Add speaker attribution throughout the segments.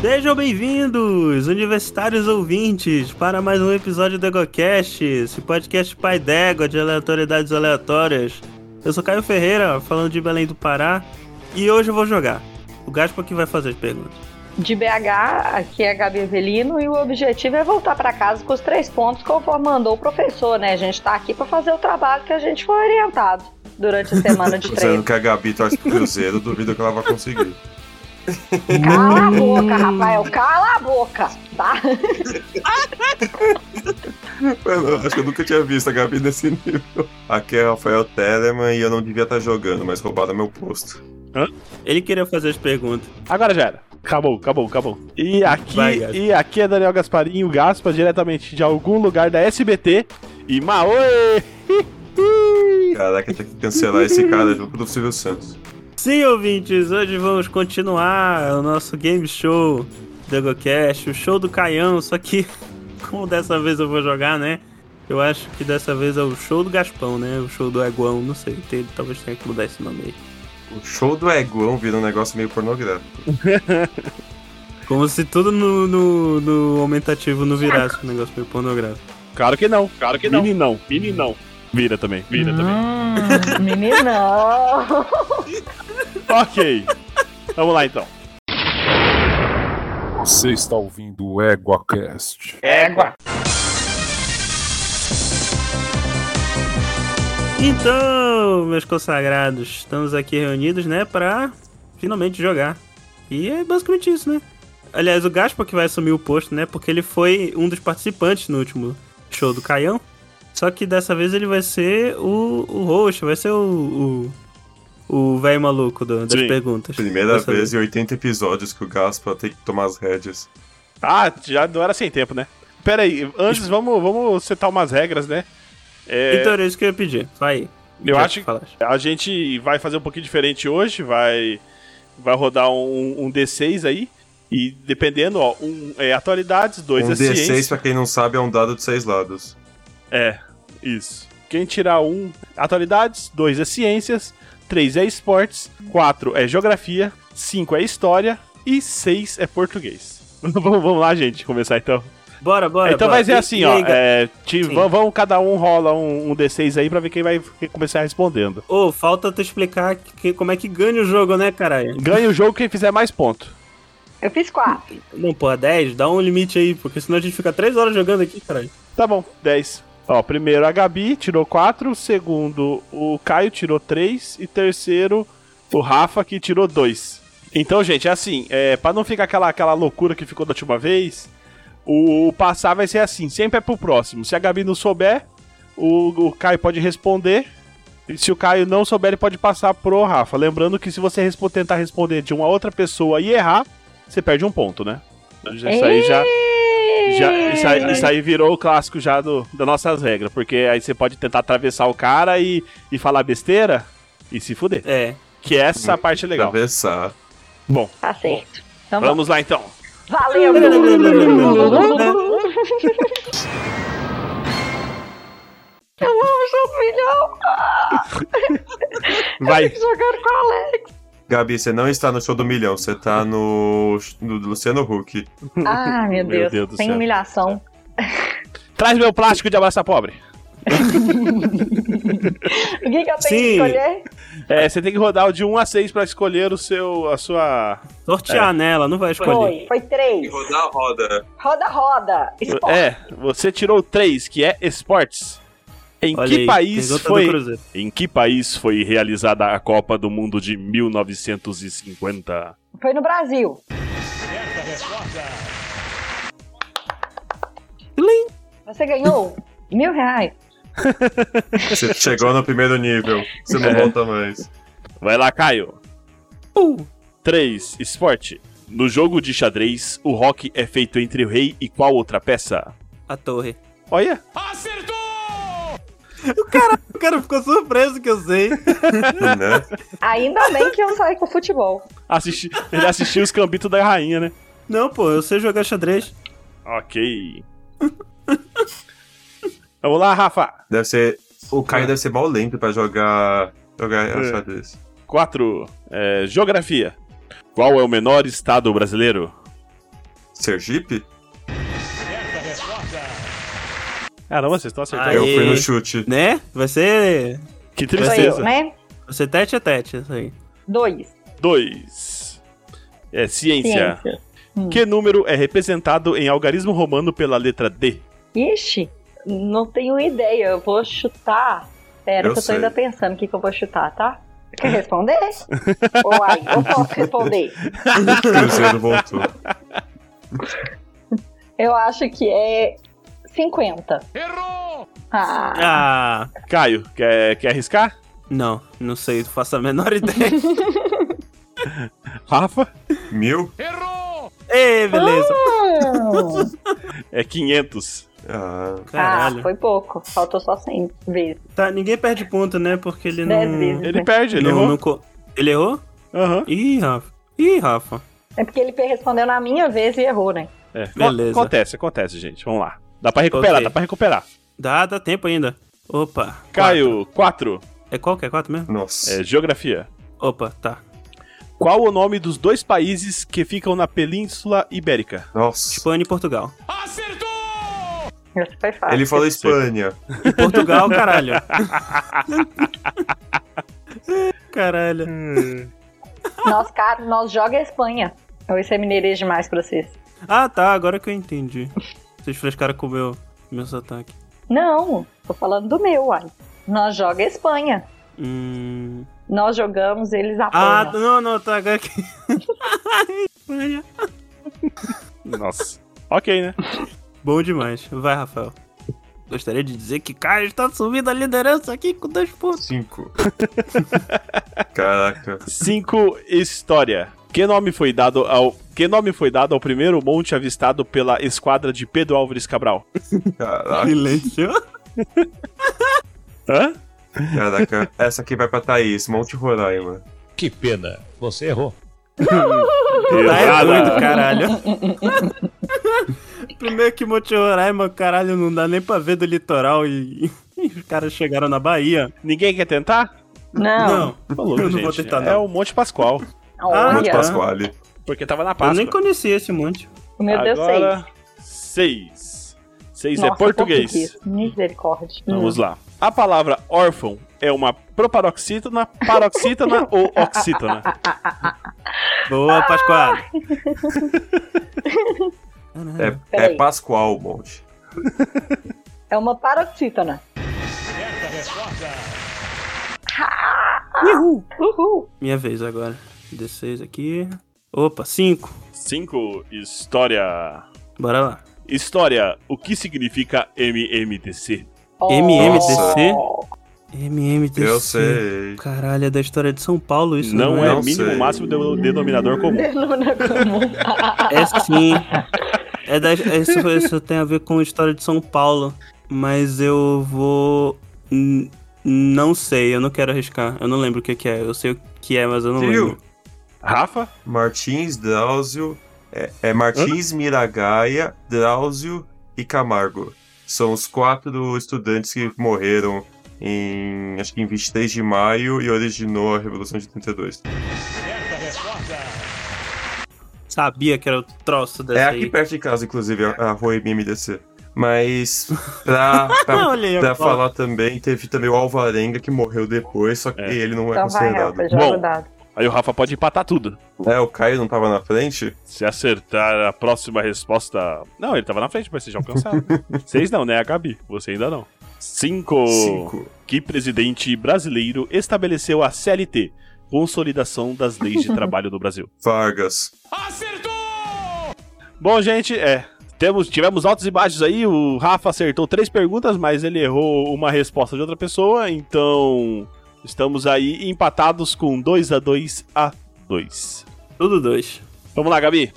Speaker 1: Sejam bem-vindos, universitários ouvintes, para mais um episódio do EgoCast, esse podcast pai d'égua de aleatoriedades aleatórias. Eu sou Caio Ferreira, falando de Belém do Pará, e hoje eu vou jogar. O Gaspa que vai fazer as perguntas.
Speaker 2: De BH, aqui é a Gabi Evelino e o objetivo é voltar para casa com os três pontos conforme mandou o professor, né? A gente tá aqui para fazer o trabalho que a gente foi orientado durante a semana de
Speaker 3: Dizendo
Speaker 2: treino.
Speaker 3: que a Gabi traz pro Cruzeiro, duvido que ela vai conseguir.
Speaker 2: Cala a boca, Rafael, cala a boca, tá?
Speaker 3: Mano, acho que eu nunca tinha visto a Gabi nesse nível. Aqui é Rafael Telemann e eu não devia estar jogando, mas roubaram meu posto.
Speaker 1: Ele queria fazer as perguntas.
Speaker 4: Agora já era. Acabou, acabou, acabou. E aqui,
Speaker 1: Vai, Gaspa.
Speaker 4: e aqui é Daniel Gasparinho, Gaspa, diretamente de algum lugar da SBT. E Maoi!
Speaker 3: Caraca, tinha que cancelar esse cara junto do Silvio Santos.
Speaker 1: Sim, ouvintes, hoje vamos continuar o nosso game show do EgoCast, o show do Caião, só que como dessa vez eu vou jogar, né? Eu acho que dessa vez é o show do Gaspão, né? O show do Eguão, não sei, tem- talvez tenha que mudar esse nome aí.
Speaker 3: O show do Egon vira um negócio meio pornográfico.
Speaker 1: Como se tudo no, no, no aumentativo não virasse um negócio meio pornográfico.
Speaker 4: Claro que não, claro que não. Meninão, meninão. Vira também, vira também.
Speaker 2: Hum, meninão.
Speaker 4: Ok. Vamos lá então.
Speaker 5: Você está ouvindo o EguaCast.
Speaker 3: É,
Speaker 1: Então, meus consagrados, estamos aqui reunidos, né, pra finalmente jogar. E é basicamente isso, né? Aliás, o Gaspa que vai assumir o posto, né? Porque ele foi um dos participantes no último show do Caião. Só que dessa vez ele vai ser o, o host, vai ser o. o o velho maluco do- das
Speaker 4: Sim.
Speaker 1: perguntas.
Speaker 3: Primeira
Speaker 1: Dessa
Speaker 3: vez em 80 episódios que o Gaspa tem que tomar as rédeas.
Speaker 4: Ah, já não era sem tempo, né? Pera aí, antes vamos, vamos setar umas regras, né? É,
Speaker 1: Então era isso que eu ia pedir. Vai.
Speaker 4: eu
Speaker 1: Já
Speaker 4: acho que
Speaker 1: falaste.
Speaker 4: A gente vai fazer um pouquinho diferente hoje, vai, vai rodar um, um D6 aí. E dependendo, ó, um é atualidades, dois
Speaker 3: Um
Speaker 4: é
Speaker 3: D6,
Speaker 4: ciência.
Speaker 3: pra quem não sabe, é um dado de seis lados.
Speaker 4: É, isso. Quem tirar um atualidades, dois é ciências, três é esportes, quatro é geografia, cinco é história e seis é português. vamos, vamos lá, gente, começar então.
Speaker 1: Bora, bora.
Speaker 4: então
Speaker 1: bora.
Speaker 4: vai ser
Speaker 1: E-
Speaker 4: assim,
Speaker 1: e
Speaker 4: ó.
Speaker 1: aí, Ga-
Speaker 4: é, te-
Speaker 1: Sim.
Speaker 4: vão, vão- cada um rola um, um D6 aí pra ver quem vai começar respondendo.
Speaker 1: Ô, falta tu explicar que- como é que ganha o jogo, né, caralho?
Speaker 4: Ganha o jogo quem fizer mais ponto.
Speaker 2: Eu fiz quatro.
Speaker 1: Não, porra, 10, dá um limite aí, porque senão a gente fica 3 horas jogando aqui, caralho.
Speaker 4: Tá bom, 10. Ó, primeiro a Gabi tirou 4, segundo o Caio tirou 3 e terceiro o Rafa que tirou 2. Então, gente, é assim, é, para não ficar aquela, aquela loucura que ficou da última vez, o, o passar vai ser assim, sempre é pro próximo. Se a Gabi não souber, o, o Caio pode responder. E se o Caio não souber, ele pode passar pro Rafa. Lembrando que se você respo- tentar responder de uma outra pessoa e errar, você perde um ponto, né? Isso aí já. Já, isso, aí, isso aí virou o clássico já do, das nossas regras, porque aí você pode tentar atravessar o cara e, e falar besteira e se fuder.
Speaker 1: É.
Speaker 4: Que essa parte é
Speaker 1: Tá
Speaker 4: legal.
Speaker 3: Atravessar.
Speaker 4: Bom,
Speaker 2: Tá certo. Então,
Speaker 4: vamos lá então.
Speaker 2: Valeu. Eu amo seu filhão.
Speaker 4: Vai.
Speaker 2: Jogando com a Alex.
Speaker 3: Gabi, você não está no show do milhão, você tá no, no Luciano Huck.
Speaker 2: Ah, meu
Speaker 4: Meu
Speaker 2: Deus.
Speaker 4: Deus do
Speaker 2: Sem
Speaker 4: céu.
Speaker 2: humilhação.
Speaker 4: Traz meu plástico de abraçar pobre.
Speaker 2: O que, que eu tenho que
Speaker 1: Sim.
Speaker 2: escolher?
Speaker 4: É, você tem que rodar o de 1 a 6 pra escolher o seu. a sua.
Speaker 1: Sortear
Speaker 4: É.
Speaker 1: nela, não vai escolher.
Speaker 2: Foi, foi três.
Speaker 3: Rodar a roda.
Speaker 2: Roda, roda. Esporte.
Speaker 4: É, você tirou 3, que é esportes. Em
Speaker 1: Olha
Speaker 4: que
Speaker 1: aí,
Speaker 4: país
Speaker 1: pergunta do
Speaker 4: foi.
Speaker 1: Cruzeiro.
Speaker 4: Em que país foi realizada a Copa do Mundo de 1950?
Speaker 2: Foi no Brasil.
Speaker 1: Plim.
Speaker 2: Você ganhou mil reais.
Speaker 3: Você chegou no primeiro nível, você não
Speaker 4: É.
Speaker 3: volta mais.
Speaker 4: Vai lá, Caio.
Speaker 1: Uh,
Speaker 4: 3. Esporte. No jogo de xadrez, o rock é feito entre o rei e qual outra peça?
Speaker 1: a torre.
Speaker 4: Olha,
Speaker 1: O cara ficou surpreso que eu sei.
Speaker 3: né?
Speaker 2: Ainda bem que eu não saí com futebol.
Speaker 4: assisti, ele assistiu os cambitos da rainha, né?
Speaker 1: Não, pô, eu sei jogar xadrez.
Speaker 4: Ok. Vamos lá, Rafa.
Speaker 3: Deve ser. O Caio deve ser mal lento pra jogar. Jogar
Speaker 4: É.
Speaker 3: xadrez.
Speaker 4: é 4. geografia. Qual é o menor estado brasileiro?
Speaker 3: Sergipe?
Speaker 4: Caramba, vocês estão acertando.
Speaker 1: Aê.
Speaker 3: Eu fui no chute.
Speaker 1: Né? Vai ser.
Speaker 4: Que
Speaker 2: Sou eu,
Speaker 4: tristeza.
Speaker 2: né?
Speaker 1: Vai ser tete a tete, isso aí.
Speaker 2: Dois.
Speaker 4: Dois. É ciência.
Speaker 2: Ciência.
Speaker 4: Que número é representado em algarismo romano pela letra D?
Speaker 2: Ixi, não tenho ideia. Eu vou chutar. Pera, que
Speaker 3: Eu
Speaker 2: eu tô
Speaker 3: sei.
Speaker 2: ainda pensando o que, que eu vou chutar, tá? Quer responder? ou aí, eu posso responder.
Speaker 3: Cruzeiro voltou.
Speaker 2: Eu acho que é 50. Errou! Ah,
Speaker 1: Ah,
Speaker 4: Caio, quer, quer arriscar?
Speaker 1: não, não sei, faço a menor ideia.
Speaker 4: Rafa?
Speaker 3: Mil?
Speaker 1: Ei, beleza.
Speaker 2: hum.
Speaker 4: É 500.
Speaker 3: Ah,
Speaker 2: ah,
Speaker 1: Caralho.
Speaker 2: foi pouco. Faltou só 100 vezes.
Speaker 1: Tá, ninguém perde ponto, né? Porque ele não.
Speaker 2: Dez vezes. né?
Speaker 4: Ele perde, ele
Speaker 1: não-
Speaker 4: errou.
Speaker 1: Uhum. não co- ele errou?
Speaker 4: Aham.
Speaker 1: Ih, Rafa. Ih, Rafa.
Speaker 2: É porque ele respondeu na minha vez e errou, né?
Speaker 4: É,
Speaker 1: Beleza.
Speaker 4: Acontece, acontece, gente. Vamos lá. Dá pra recuperar,
Speaker 1: Ok.
Speaker 4: dá pra recuperar.
Speaker 1: Dá, dá tempo ainda. Opa.
Speaker 4: Caio, 4.
Speaker 1: quatro. É qual que é quatro mesmo?
Speaker 3: nossa.
Speaker 4: É geografia.
Speaker 1: Opa, tá.
Speaker 4: Qual o nome dos dois países que ficam na Península Ibérica?
Speaker 3: Nossa.
Speaker 1: Espanha e Portugal.
Speaker 2: Isso foi É fácil.
Speaker 3: Ele falou Espanha.
Speaker 1: E Portugal, caralho. caralho.
Speaker 2: Nós, cara, nós joga a Espanha. Ou isso é mineirês demais pra vocês?
Speaker 1: Ah, tá, agora que eu entendi. Vocês frescaram com o meu, meu sotaque.
Speaker 2: Não, tô falando do meu, uai. Nós joga a Espanha.
Speaker 1: Hum...
Speaker 2: Nós jogamos, eles
Speaker 1: Ah,
Speaker 2: apanham.
Speaker 1: não, não, tá agora aqui. Espanha.
Speaker 4: Nossa. ok, né?
Speaker 1: Bom demais. Vai, Rafael. Gostaria de dizer que Caio está subindo a liderança aqui com dois pontos.
Speaker 3: Cinco. Caraca.
Speaker 4: 5. História. Que nome foi dado ao. Que nome foi dado ao primeiro monte avistado pela esquadra de Pedro Álvares Cabral?
Speaker 3: Caraca.
Speaker 1: Silêncio.
Speaker 4: Hã?
Speaker 3: Caraca. Essa aqui vai pra Thaís, Monte Roraima.
Speaker 6: Que pena, você errou.
Speaker 1: Tá é
Speaker 4: Errada.
Speaker 1: doido, caralho. Primeiro que Monte Roraima, caralho, não dá nem pra ver do litoral e, e os caras chegaram na Bahia.
Speaker 4: Ninguém quer tentar?
Speaker 2: Não.
Speaker 1: Não,
Speaker 4: Tá louco,
Speaker 1: Eu não
Speaker 4: gente.
Speaker 1: vou tentar,
Speaker 4: É
Speaker 1: não.
Speaker 4: o Monte Pascoal.
Speaker 1: Ah,
Speaker 3: Monte
Speaker 2: Olha.
Speaker 1: tá.
Speaker 3: Pasquale.
Speaker 4: Porque tava na
Speaker 1: eu
Speaker 4: Páscoa.
Speaker 1: nem conhecia esse monte.
Speaker 2: Meu Deus,
Speaker 4: Agora, seis. Seis
Speaker 2: seis.
Speaker 4: é português. Hum.
Speaker 2: Misericórdia.
Speaker 4: Vamos lá. A palavra órfão é uma proparoxítona, paroxítona ou oxítona?
Speaker 1: Boa, Pascoal. Uhum.
Speaker 3: É,
Speaker 2: Peraí.
Speaker 3: é Pascoal, Monte.
Speaker 2: É uma paroxítona.
Speaker 1: Uhul.
Speaker 2: Uhul.
Speaker 1: Minha vez agora. D6 aqui. Opa, 5.
Speaker 4: Cinco. História.
Speaker 1: Bora lá.
Speaker 4: História. O que significa MMDC?
Speaker 2: Oh.
Speaker 1: MMDC? MMTC.
Speaker 3: Eu sei.
Speaker 1: Caralho, é da história de São Paulo isso, né, um
Speaker 4: Não, é
Speaker 3: não
Speaker 4: mínimo
Speaker 3: sei.
Speaker 4: máximo de- um denominador comum.
Speaker 2: Denúncia comum.
Speaker 1: É sim. É da, isso, isso tem a ver com a história de São Paulo. Mas eu vou. n- Não sei, eu não quero arriscar. Eu não lembro o que, que é. Eu sei o que é, mas eu não
Speaker 3: Tio,
Speaker 1: lembro.
Speaker 4: Rafa?
Speaker 3: Martins, Drauzio. É, é Martins, Miragaia, Drauzio e Camargo. São os quatro estudantes que morreram em. Acho que em 23 de maio e originou a Revolução de 32.
Speaker 1: Sabia que era o troço dessa
Speaker 3: É aqui
Speaker 1: aí.
Speaker 3: perto de casa, inclusive, a a rua MMDC. Mas, pra, pra,
Speaker 1: Olha aí,
Speaker 3: pra
Speaker 1: ó.
Speaker 3: falar também, teve também o Alvarenga que morreu depois, só que
Speaker 4: É.
Speaker 3: ele não é
Speaker 2: Então vai,
Speaker 3: considerado.
Speaker 2: Rafa, joga
Speaker 4: Bom.
Speaker 2: o dado.
Speaker 4: Aí o Rafa pode empatar tudo.
Speaker 3: É, o Caio não tava na frente?
Speaker 4: Se acertar a próxima resposta. Não, ele tava na frente, mas vocês já alcançaram. Vocês não, né? A Gabi. Você ainda não. Cinco.
Speaker 3: Cinco.
Speaker 4: Que presidente brasileiro estabeleceu a CLT Consolidação das Leis de Trabalho do Brasil.
Speaker 3: Vargas.
Speaker 4: Bom, gente, é. Temos, tivemos altos e baixos aí. O Rafa acertou três perguntas, mas ele errou uma resposta de outra pessoa. Então, estamos aí empatados com 2 a 2 a 2
Speaker 1: Tudo dois.
Speaker 4: Vamos lá, Gabi.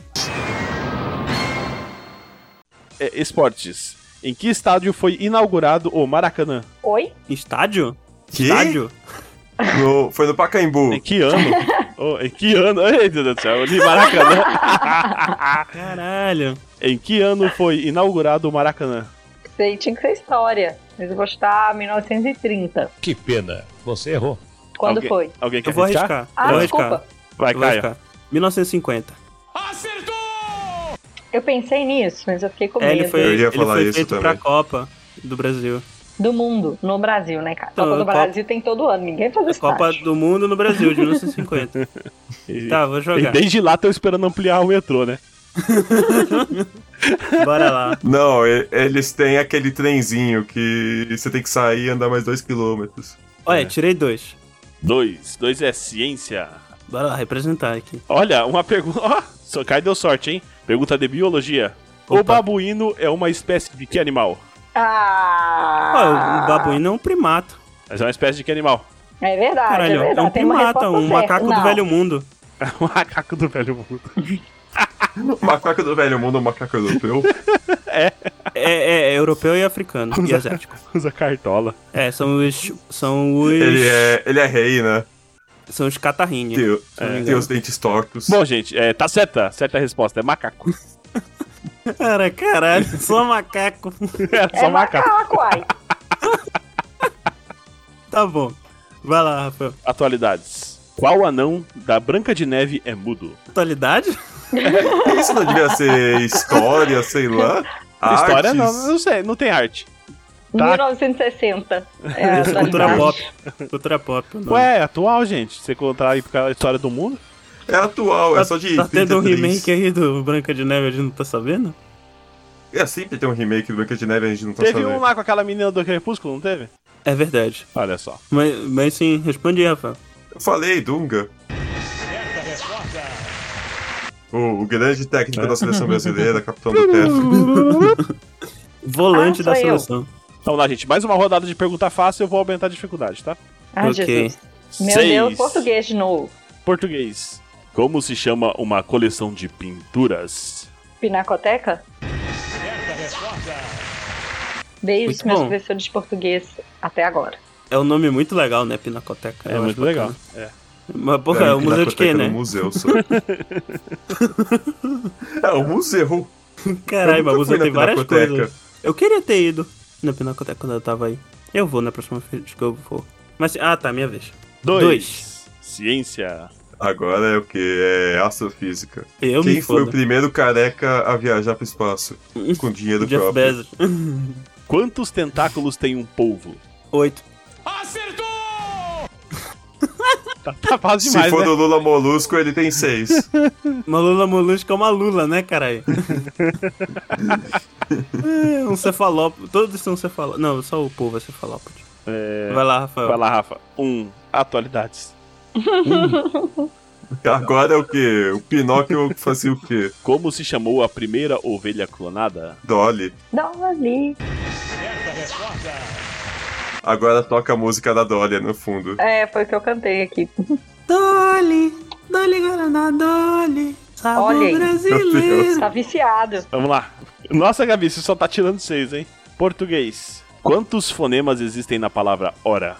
Speaker 4: É, esportes. Em que estádio foi inaugurado o Maracanã?
Speaker 2: Oi?
Speaker 1: Estádio?
Speaker 3: Que?
Speaker 1: Estádio?
Speaker 3: No- foi no Pacaembu.
Speaker 4: Em que ano? Oh, em que ano? Ai, meu Deus do céu, eu li Maracanã.
Speaker 1: Caralho.
Speaker 4: em que ano foi inaugurado o Maracanã?
Speaker 2: Isso aí tinha que ser história. Mas eu vou chutar 1930.
Speaker 6: Que pena, você errou.
Speaker 2: Quando
Speaker 4: Alguém-
Speaker 2: foi?
Speaker 4: Alguém quer
Speaker 1: Eu vou arriscar.
Speaker 2: Ah,
Speaker 1: eu vou
Speaker 2: desculpa.
Speaker 1: arriscar.
Speaker 4: Vai,
Speaker 1: Eu vou
Speaker 4: Caio.
Speaker 1: arriscar. 1950.
Speaker 2: Eu pensei nisso, mas eu fiquei com
Speaker 1: É,
Speaker 2: medo.
Speaker 1: ele foi,
Speaker 3: Eu ia
Speaker 1: ele
Speaker 3: falar
Speaker 1: foi
Speaker 3: isso
Speaker 1: feito pra
Speaker 3: também.
Speaker 1: Copa do Brasil.
Speaker 2: Do mundo, no Brasil, né, cara?
Speaker 1: Então,
Speaker 2: Copa do
Speaker 1: Copa-
Speaker 2: Brasil tem todo ano, ninguém faz
Speaker 1: A
Speaker 2: isso.
Speaker 1: Copa do Mundo no Brasil, de 1950.
Speaker 4: E,
Speaker 1: tá, vou
Speaker 4: e
Speaker 1: jogar.
Speaker 4: desde lá tô esperando ampliar o metrô, né?
Speaker 1: Bora lá.
Speaker 3: Não, e- eles têm aquele trenzinho que você tem que sair e andar mais dois quilômetros.
Speaker 1: Olha, tirei dois.
Speaker 4: Dois. Dois é ciência.
Speaker 1: Bora lá, representar aqui.
Speaker 4: Olha, uma pergunta. Ó, só cai deu sorte, hein? Pergunta de biologia. O
Speaker 1: Opa.
Speaker 4: babuíno é uma espécie de que animal?
Speaker 2: Ah!
Speaker 1: Olha, o babuíno é um primato.
Speaker 4: Mas é uma espécie de que animal?
Speaker 2: É verdade,
Speaker 1: Caralho,
Speaker 2: é
Speaker 1: é,
Speaker 2: verdade.
Speaker 1: um
Speaker 2: tem uma
Speaker 1: primata,
Speaker 2: resposta
Speaker 1: um
Speaker 2: certa.
Speaker 1: macaco do
Speaker 2: Não,
Speaker 1: velho mundo.
Speaker 4: É um macaco do velho mundo.
Speaker 3: O macaco do velho mundo é um macaco europeu.
Speaker 1: É, é, é europeu e africano e asiático.
Speaker 4: Usa cartola.
Speaker 1: É, são os. São os.
Speaker 3: ele, é, ele é rei, né?
Speaker 1: São os catarrinhos.
Speaker 3: Tem,
Speaker 1: não me
Speaker 3: tem
Speaker 1: engano.
Speaker 3: os dentes tortos.
Speaker 4: Bom, gente, é, tá certa. Certa a resposta. É macaco.
Speaker 1: Cara, caralho, só macaco.
Speaker 4: É
Speaker 2: É
Speaker 1: um
Speaker 4: só macaco.
Speaker 2: macaco, ai.
Speaker 1: Tá bom. Vai lá, Rafael.
Speaker 4: Atualidades. Qual anão da Branca de Neve é mudo?
Speaker 1: Atualidade?
Speaker 3: Isso não devia ser história, sei lá.
Speaker 4: História
Speaker 3: Artes?
Speaker 4: não, não sei, não tem arte. Tá.
Speaker 2: 1960. É a
Speaker 1: Isso, cultura
Speaker 2: atualidade.
Speaker 1: pop. Cultura pop. Não.
Speaker 4: Ué, é atual, gente. Você contar aí a história do mundo?
Speaker 3: É atual, é só de.
Speaker 1: Tá tendo um
Speaker 3: 33.
Speaker 1: remake aí do Branca de Neve, a gente não tá sabendo?
Speaker 3: É, sempre tem um remake do Branca de Neve, a gente não tá
Speaker 4: teve
Speaker 3: sabendo.
Speaker 4: um lá com aquela menina do Crepúsculo, não teve?
Speaker 1: É verdade.
Speaker 4: Olha só.
Speaker 1: Mas, mas sim, responde, aí, Rafael.
Speaker 3: Eu falei, Dunga. O, o grande técnico da seleção brasileira, capitão do teto.
Speaker 1: Volante
Speaker 2: Ah,
Speaker 1: da
Speaker 2: sou eu.
Speaker 1: seleção.
Speaker 4: Então lá, gente, mais uma rodada de pergunta fácil, eu vou aumentar a dificuldade, tá?
Speaker 2: Ai,
Speaker 1: Ok.
Speaker 2: Ah, Jesus. Meu
Speaker 4: Seis.
Speaker 2: Deus, português de novo.
Speaker 4: Português. Como se chama uma coleção de pinturas?
Speaker 2: Pinacoteca? Beijos,
Speaker 1: Muito
Speaker 2: meus
Speaker 1: bom.
Speaker 2: professores de português até agora.
Speaker 1: É um nome muito legal, né? Pinacoteca.
Speaker 4: É
Speaker 1: Eu
Speaker 4: muito
Speaker 1: acho
Speaker 4: legal.
Speaker 1: bacana. Mas, porra, é, o
Speaker 3: Na
Speaker 1: museu de né? quê,
Speaker 3: Pinacoteca do
Speaker 1: né?
Speaker 3: Museu, só. é um museu.
Speaker 1: Caralho,
Speaker 3: Eu
Speaker 1: mas
Speaker 3: nunca
Speaker 1: o museu
Speaker 3: fui na
Speaker 1: tem várias
Speaker 3: Pinacoteca.
Speaker 1: coisas. Eu queria ter ido na Pinacoteca quando eu tava aí. Eu vou na próxima vez que eu for. Mas, ah, tá, minha vez.
Speaker 4: Dois.
Speaker 1: Dois.
Speaker 4: Ciência.
Speaker 3: Agora é o que? É astrofísica.
Speaker 1: Eu
Speaker 3: Quem
Speaker 1: me
Speaker 3: foi o
Speaker 1: foda.
Speaker 3: primeiro careca a viajar pro espaço? Com dinheiro
Speaker 1: Jeff
Speaker 3: próprio.
Speaker 1: Bezos.
Speaker 4: Quantos tentáculos tem um polvo?
Speaker 1: Oito.
Speaker 4: Tá, tá
Speaker 3: Se
Speaker 4: fácil demais,
Speaker 3: for
Speaker 4: né?
Speaker 3: do Lula Molusco, ele tem seis.
Speaker 1: Uma lula molusca é uma lula, né, caralho? é, um cefalópode. Todos são cefalópodes. Não, só o povo é cefalópode. Vai lá, Rafael.
Speaker 4: Vai lá, Rafa. Um. Atualidades.
Speaker 3: Agora é o que? O Pinóquio fazia o quê?
Speaker 4: Como se chamou a primeira ovelha clonada?
Speaker 3: Dolly.
Speaker 2: Dá uma ali.
Speaker 3: Agora toca a música da Dolly né, no fundo.
Speaker 2: É, foi o que eu cantei aqui.
Speaker 1: Dolly, Dolly Guaraná, Dolly. Sabor
Speaker 2: Olha aí.
Speaker 1: brasileiro.
Speaker 2: Tá viciado.
Speaker 4: Vamos lá. Nossa, Gabi, você só tá tirando seis, hein? Português. Quantos fonemas existem na palavra hora?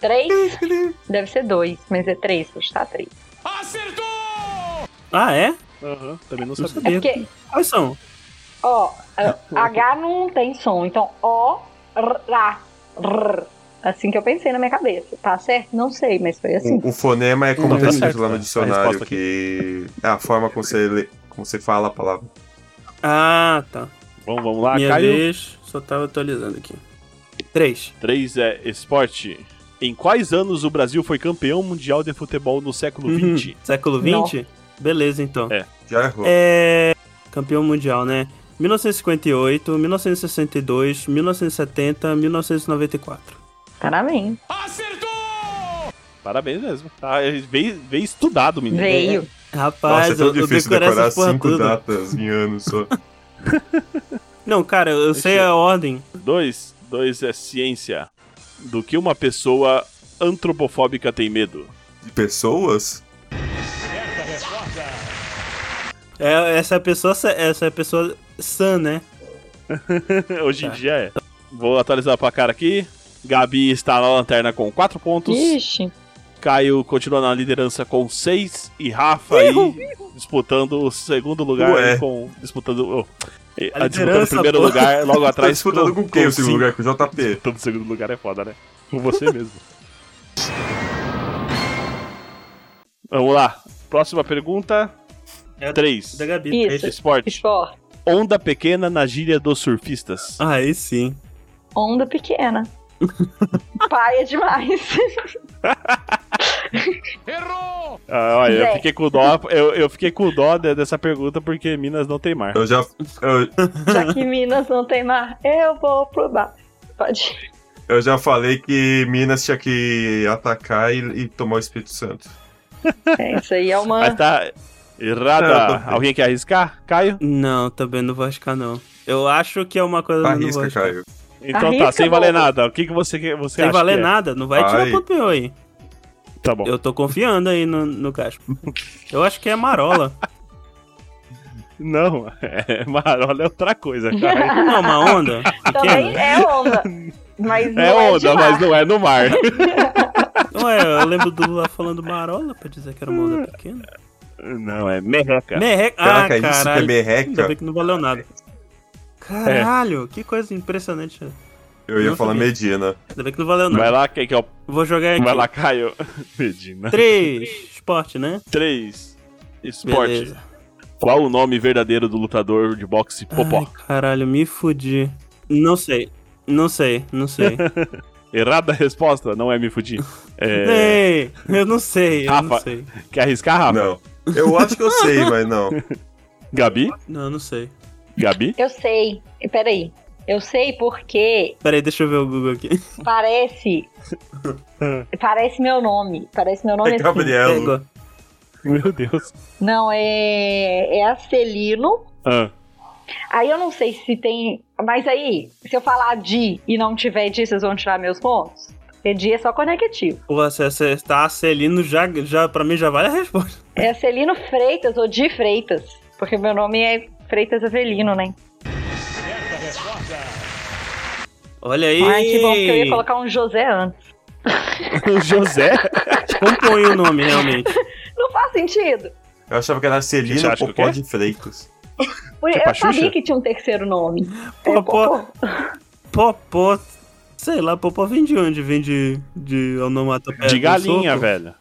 Speaker 2: Três? Deve ser dois, mas é três, hoje tá três.
Speaker 1: Ah, é?
Speaker 4: Aham, também não
Speaker 1: Não
Speaker 4: sabia.
Speaker 2: É
Speaker 1: sabia.
Speaker 2: porque,
Speaker 1: Quais são?
Speaker 2: ó, H não tem som, então O, R, A, R. Assim que eu pensei na minha cabeça, tá certo? Não sei, mas foi
Speaker 1: Hum.
Speaker 2: assim.
Speaker 3: O, o fonema é como
Speaker 4: Não,
Speaker 3: tá
Speaker 4: tá
Speaker 3: escrito
Speaker 4: certo,
Speaker 3: lá no
Speaker 4: tá. A
Speaker 3: dicionário,
Speaker 4: resposta
Speaker 3: que é a forma como você, lê- como você fala a palavra.
Speaker 1: Ah, tá.
Speaker 4: Bom, vamos lá,
Speaker 1: Minha
Speaker 4: Caio.
Speaker 1: vez, só tava atualizando aqui. Três.
Speaker 4: 3 é esporte. Em quais anos o Brasil foi campeão mundial de futebol no século
Speaker 1: Uhum.
Speaker 4: XX?
Speaker 1: Século
Speaker 2: Não.
Speaker 1: XX? Beleza, então.
Speaker 4: É.
Speaker 3: Já errou.
Speaker 1: Campeão mundial, né? 1958, 1962, 1970, 1994.
Speaker 2: Parabéns.
Speaker 4: Parabéns mesmo. Tá, veio, veio estudado, menino.
Speaker 2: Veio.
Speaker 1: Rapaz,
Speaker 3: Nossa, é tão
Speaker 1: eu, eu
Speaker 3: difícil
Speaker 1: decorei
Speaker 3: decorar
Speaker 1: essas porra
Speaker 3: cinco
Speaker 1: tudo.
Speaker 3: datas em anos só.
Speaker 1: Não, cara, eu sei a ordem.
Speaker 4: 2 2 é ciência. Do que uma pessoa antropofóbica tem medo?
Speaker 3: De pessoas?
Speaker 1: É, essa é a pessoa, sa- essa é a pessoa sã, né?
Speaker 4: Hoje em
Speaker 1: Tá.
Speaker 4: dia é. Vou atualizar pra cara aqui. Gabi está na lanterna com 4 pontos.
Speaker 2: Ixi.
Speaker 4: Caio continua na liderança com 6. E Rafa aí disputando o segundo lugar.
Speaker 3: Ué.
Speaker 4: Com, disputando, oh, eh,
Speaker 1: A
Speaker 4: disputando o
Speaker 1: liderança,
Speaker 4: primeiro
Speaker 1: pô.
Speaker 4: lugar, logo
Speaker 3: Tá
Speaker 4: atrás.
Speaker 3: disputando com quem o segundo
Speaker 4: cinco.
Speaker 3: lugar? Com o JP.
Speaker 4: Disputando o segundo lugar é foda, né? Com você mesmo. Vamos lá. Próxima pergunta.
Speaker 1: É a
Speaker 4: 3.
Speaker 1: da Gabi.
Speaker 2: Isso.
Speaker 1: três.
Speaker 4: Esporte.
Speaker 2: Esporte.
Speaker 4: Onda pequena na gíria dos surfistas.
Speaker 1: Aí sim.
Speaker 2: Onda pequena. Paia demais.
Speaker 4: Ah, olha, eu
Speaker 2: Zé.
Speaker 4: fiquei com dó, eu, eu fiquei com dó de- dessa pergunta porque Minas não tem mar.
Speaker 3: Eu já. Eu,
Speaker 2: Já que Minas não tem mar, eu vou pro bar. Pode ir.
Speaker 3: eu já falei que Minas tinha que atacar e, e tomar o Espírito Santo.
Speaker 2: É, isso aí é
Speaker 4: Mas
Speaker 2: uma.
Speaker 4: tá
Speaker 3: Não,
Speaker 1: Ah,
Speaker 4: errada.
Speaker 3: tô bem.
Speaker 4: Alguém quer arriscar? Caio?
Speaker 1: Não, também não vou arriscar, não. Eu acho que é uma coisa que eu não vou
Speaker 3: Arrisca,
Speaker 1: arriscar.
Speaker 3: Caio.
Speaker 4: Então tá,
Speaker 2: Arrisca,
Speaker 4: sem valer
Speaker 2: bobo.
Speaker 4: nada. O que, que você, que- você
Speaker 1: Sem
Speaker 4: acha?
Speaker 1: valer
Speaker 4: que é?
Speaker 1: nada, não vai
Speaker 3: Ai.
Speaker 1: tirar ponto meu aí.
Speaker 4: Tá bom.
Speaker 1: Eu tô confiando aí no, no Gaspo. Eu acho que é Marola.
Speaker 4: Não, é, marola é outra coisa, cara.
Speaker 1: Não, uma onda
Speaker 2: Também
Speaker 1: pequena.
Speaker 2: é onda. Mas não
Speaker 4: né? É
Speaker 2: é, de
Speaker 4: onda,
Speaker 2: mar.
Speaker 4: mas não é no mar.
Speaker 1: Ué, é, eu lembro do Lula falando Marola pra dizer que era uma onda pequena.
Speaker 4: Não, é merreca.
Speaker 1: Merreca. Ah,
Speaker 3: Hum. Caraca,
Speaker 1: caralho.
Speaker 3: isso que é
Speaker 1: Ainda bem
Speaker 3: merreca.
Speaker 1: que não valeu nada. Caralho, que coisa impressionante.
Speaker 3: Eu ia
Speaker 1: Não
Speaker 3: falar
Speaker 1: sabia.
Speaker 3: Medina.
Speaker 1: Ainda bem que não valeu nada.
Speaker 4: Vai lá, quem que é o.
Speaker 1: Vou jogar aqui.
Speaker 4: Vai lá, Caio. Medina.
Speaker 1: 3. Esporte, né?
Speaker 4: 3. Esporte.
Speaker 1: Beleza.
Speaker 4: Qual o nome verdadeiro do lutador de boxe Popó?
Speaker 1: Ai, caralho, me fudi. Não sei. Não sei, não sei.
Speaker 4: Errada a resposta? Não é me fudir. É...
Speaker 1: Ei, eu não sei, eu não
Speaker 4: Rafa.
Speaker 1: sei.
Speaker 4: Quer arriscar, Rafa?
Speaker 3: Não. Eu acho que eu sei, mas não.
Speaker 4: Gabi?
Speaker 1: Não, eu não sei.
Speaker 4: Gabi?
Speaker 2: Eu sei. Peraí. Eu sei porque
Speaker 1: Peraí, deixa eu ver o Google aqui.
Speaker 2: parece. parece meu nome. Parece meu nome
Speaker 3: É
Speaker 2: assim.
Speaker 3: Gabriel.
Speaker 1: Pegou.
Speaker 4: Meu Deus.
Speaker 2: Não, é. É Acelino.
Speaker 4: Ah,
Speaker 2: Aí eu não sei se tem. Mas aí, se eu falar de e não tiver de, vocês vão tirar meus pontos? Porque de é só conectivo.
Speaker 1: Pô, se acertar Celino, já, já, pra mim já vale a resposta.
Speaker 2: É Celino Freitas ou de Freitas. Porque meu nome é Freitas Avelino, né?
Speaker 1: Olha aí.
Speaker 2: Ai, que bom, porque eu ia colocar um José antes.
Speaker 4: o José?
Speaker 1: Compõe o nome, realmente.
Speaker 2: Não faz sentido.
Speaker 3: Eu achava que era
Speaker 4: Você
Speaker 3: Celina
Speaker 4: acha que
Speaker 3: Popó
Speaker 4: eu quê?
Speaker 3: de Freitas.
Speaker 2: Eu
Speaker 4: Tipo a Xuxa?
Speaker 2: sabia que tinha um terceiro nome. É,
Speaker 1: Popó.
Speaker 2: Popó.
Speaker 1: Popó. Sei lá, Popó vem de onde? Vem de, de onomatopeia.
Speaker 4: De
Speaker 1: do
Speaker 4: galinha,
Speaker 1: É, soco?
Speaker 4: velho.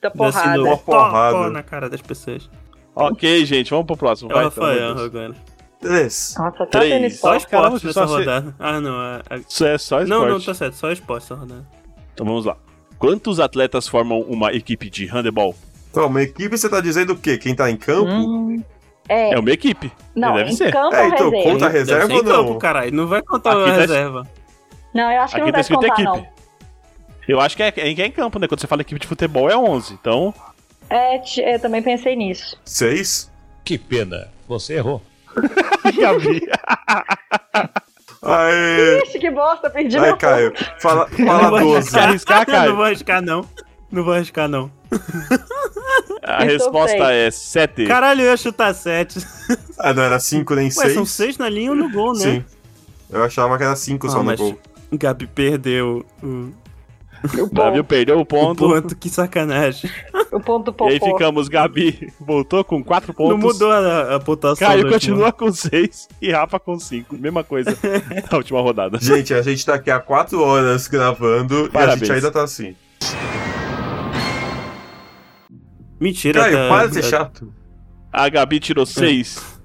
Speaker 2: Da
Speaker 1: Desce
Speaker 2: porrada.
Speaker 1: do-
Speaker 3: Uma porrada.
Speaker 1: Popó na cara das pessoas.
Speaker 4: Ok, gente, vamos pro próximo.
Speaker 1: É o
Speaker 4: Vai, pelo amor de
Speaker 1: Rafael
Speaker 4: Deus.
Speaker 1: agora.
Speaker 3: Três.
Speaker 2: Nossa, tá
Speaker 4: Três.
Speaker 2: tendo
Speaker 1: Só
Speaker 2: esporte.
Speaker 1: esporte
Speaker 4: caramba, você
Speaker 1: nessa
Speaker 4: só se-
Speaker 1: rodada. Ah, não. a- a-
Speaker 4: Isso é só esporte.
Speaker 1: Não, tá- não, tá certo. Só esporte essa rodada.
Speaker 4: Então vamos lá. Quantos atletas formam uma equipe de handebol?
Speaker 3: Então, uma equipe você tá dizendo o quê? Quem tá em campo?
Speaker 2: Hum. É,
Speaker 4: É uma equipe.
Speaker 2: não,
Speaker 4: deve
Speaker 2: em
Speaker 4: ser.
Speaker 2: campo
Speaker 3: É,
Speaker 2: ou
Speaker 3: então,
Speaker 2: reserva.
Speaker 3: conta a
Speaker 1: Deve
Speaker 3: reserva
Speaker 1: ser
Speaker 3: ou
Speaker 1: em campo,
Speaker 3: não?
Speaker 1: caralho. Não vai contar
Speaker 4: Aqui
Speaker 1: a
Speaker 4: tá-
Speaker 1: reserva.
Speaker 2: Não, eu acho que
Speaker 4: Aqui
Speaker 2: não
Speaker 4: tá
Speaker 2: deve
Speaker 4: escrito
Speaker 2: contar,
Speaker 4: equipe.
Speaker 2: não.
Speaker 4: Eu acho que é, é, é em campo, né? Quando você fala equipe de futebol é 11. Então,
Speaker 2: É, t- eu também pensei nisso.
Speaker 3: Seis?
Speaker 6: Que pena, você errou.
Speaker 4: Gabi.
Speaker 3: Aê!
Speaker 2: Ixi, que bosta, perdi meu
Speaker 3: Aí, Caio, fala, fala
Speaker 1: não vou
Speaker 3: 12.
Speaker 4: Quer arriscar, Caio?
Speaker 1: não vou arriscar, não. Não vou arriscar, não.
Speaker 4: a
Speaker 2: Eu tô
Speaker 4: resposta
Speaker 2: bem.
Speaker 4: é 7.
Speaker 1: Caralho, eu ia chutar 7.
Speaker 3: Ah, não, era 5 nem
Speaker 1: Ué, são
Speaker 3: 6?
Speaker 1: 6 na linha ou no gol, né?
Speaker 3: Sim. Eu achava que era 5
Speaker 1: Ah,
Speaker 3: só no
Speaker 1: mas
Speaker 3: gol.
Speaker 1: Gabi perdeu o
Speaker 2: O
Speaker 4: Brasil
Speaker 2: ponto,
Speaker 4: perdeu o ponto.
Speaker 1: ponto, que sacanagem.
Speaker 2: o ponto do
Speaker 4: E aí
Speaker 2: popô.
Speaker 4: ficamos, Gabi voltou com 4 pontos.
Speaker 1: Não mudou a, né? a pontuação.
Speaker 4: Caio
Speaker 1: do último.
Speaker 4: continua com 6 e Rafa com 5. Mesma coisa na última rodada.
Speaker 3: Gente, a gente tá aqui há 4 horas gravando e a
Speaker 4: Parabéns.
Speaker 3: gente ainda tá assim.
Speaker 1: Mentira,
Speaker 3: Caio,
Speaker 1: tá-
Speaker 3: para de ser
Speaker 1: tá-
Speaker 3: chato.
Speaker 4: A Gabi tirou 6.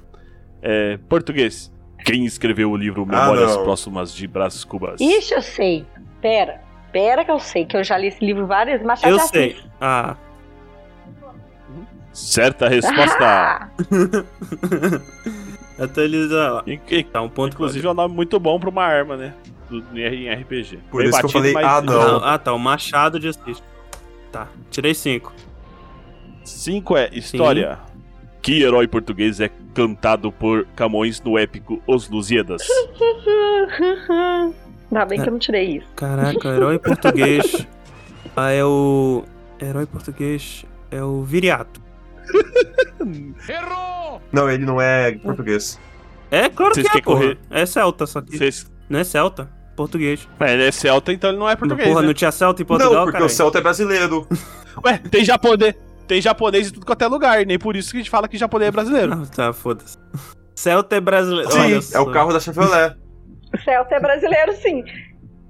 Speaker 4: É, português. Quem escreveu o livro Memórias
Speaker 3: Ah, não.
Speaker 4: Próximas de Brás Cubas?
Speaker 2: Ixi, eu sei. Pera, pera que eu sei, que eu já li esse livro várias vezes, mas já
Speaker 1: Eu
Speaker 2: já
Speaker 1: sei.
Speaker 2: fiz.
Speaker 1: Ah,
Speaker 4: Certa resposta.
Speaker 2: Ah,
Speaker 1: atualiza lá.
Speaker 4: E- e-
Speaker 1: Tá um ponto,
Speaker 4: inclusive é um nome muito bom pra uma arma, né? Do, em RPG.
Speaker 3: Por isso que eu falei, ah,
Speaker 1: Não,
Speaker 3: não.
Speaker 1: Ah, tá, o Machado de Assis. Tá, tirei 5.
Speaker 4: 5 é História. Que herói português é cantado por Camões no épico Os Lusíadas?
Speaker 2: Ainda bem que eu não tirei isso.
Speaker 1: Caraca, herói português. Ah, é o... Herói português é o Viriato.
Speaker 3: Não, ele não é português.
Speaker 1: É, claro
Speaker 4: Vocês
Speaker 1: que é,
Speaker 4: querem
Speaker 1: porra.
Speaker 4: correr?
Speaker 1: É celta, só que...
Speaker 4: Vocês...
Speaker 1: Não é celta, português.
Speaker 4: Mas ele é celta, então ele não é português.
Speaker 1: porra,
Speaker 4: né?
Speaker 1: não tinha celta em
Speaker 3: não,
Speaker 1: Portugal,
Speaker 3: porque
Speaker 1: cara.
Speaker 3: o Celta é brasileiro.
Speaker 4: Ué, tem japonês. Tem japonês em tudo quanto é lugar. Nem por isso que a gente fala que japonês é brasileiro.
Speaker 1: Ah, tá, foda-se. Celta é brasileiro. Olha, eu
Speaker 3: Sim, é
Speaker 1: sou-
Speaker 3: o carro da Chevrolet.
Speaker 2: O Celta é brasileiro, sim.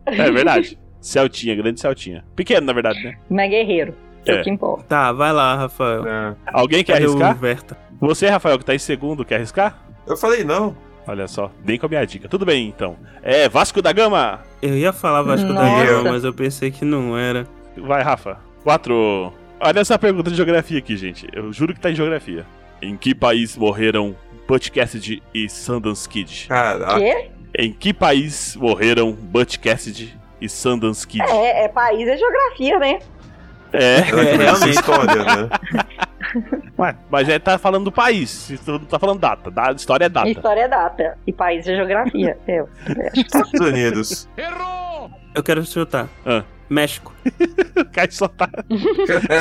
Speaker 4: É verdade. Celtinha, grande Celtinha. Pequeno, na verdade, né?
Speaker 2: Mas é guerreiro. É.
Speaker 4: É.
Speaker 2: O que importa.
Speaker 1: Tá, vai lá, Rafael.
Speaker 3: É.
Speaker 4: Alguém quer
Speaker 1: Cadê o
Speaker 4: arriscar?
Speaker 1: Verta?
Speaker 4: Você, Rafael, que tá em segundo, quer arriscar?
Speaker 3: Eu falei não.
Speaker 4: Olha só, bem com a minha dica. Tudo bem, então. É Vasco da Gama.
Speaker 1: Eu ia falar Vasco da
Speaker 2: Nossa.
Speaker 1: Gama, mas eu pensei que não era.
Speaker 4: Vai, Rafa. Quatro. Olha essa pergunta de geografia aqui, gente. Eu juro que tá em geografia. Em que país morreram Butch Cassidy e Sundance Kid?
Speaker 3: Caraca.
Speaker 2: Quê?
Speaker 4: Em que país morreram Butch Cassidy e Sundance Kid?
Speaker 2: É, é país, é geografia, né?
Speaker 4: É.
Speaker 3: Ela conhece a
Speaker 1: realmente.
Speaker 3: história, né?
Speaker 4: Mas é, tá falando do país, não tá falando data. Da, história é data.
Speaker 2: História é data. E país é geografia. Eu.
Speaker 3: Estados Unidos.
Speaker 1: Eu quero chutar.
Speaker 4: Ah.
Speaker 1: México.
Speaker 4: O Caio só tá,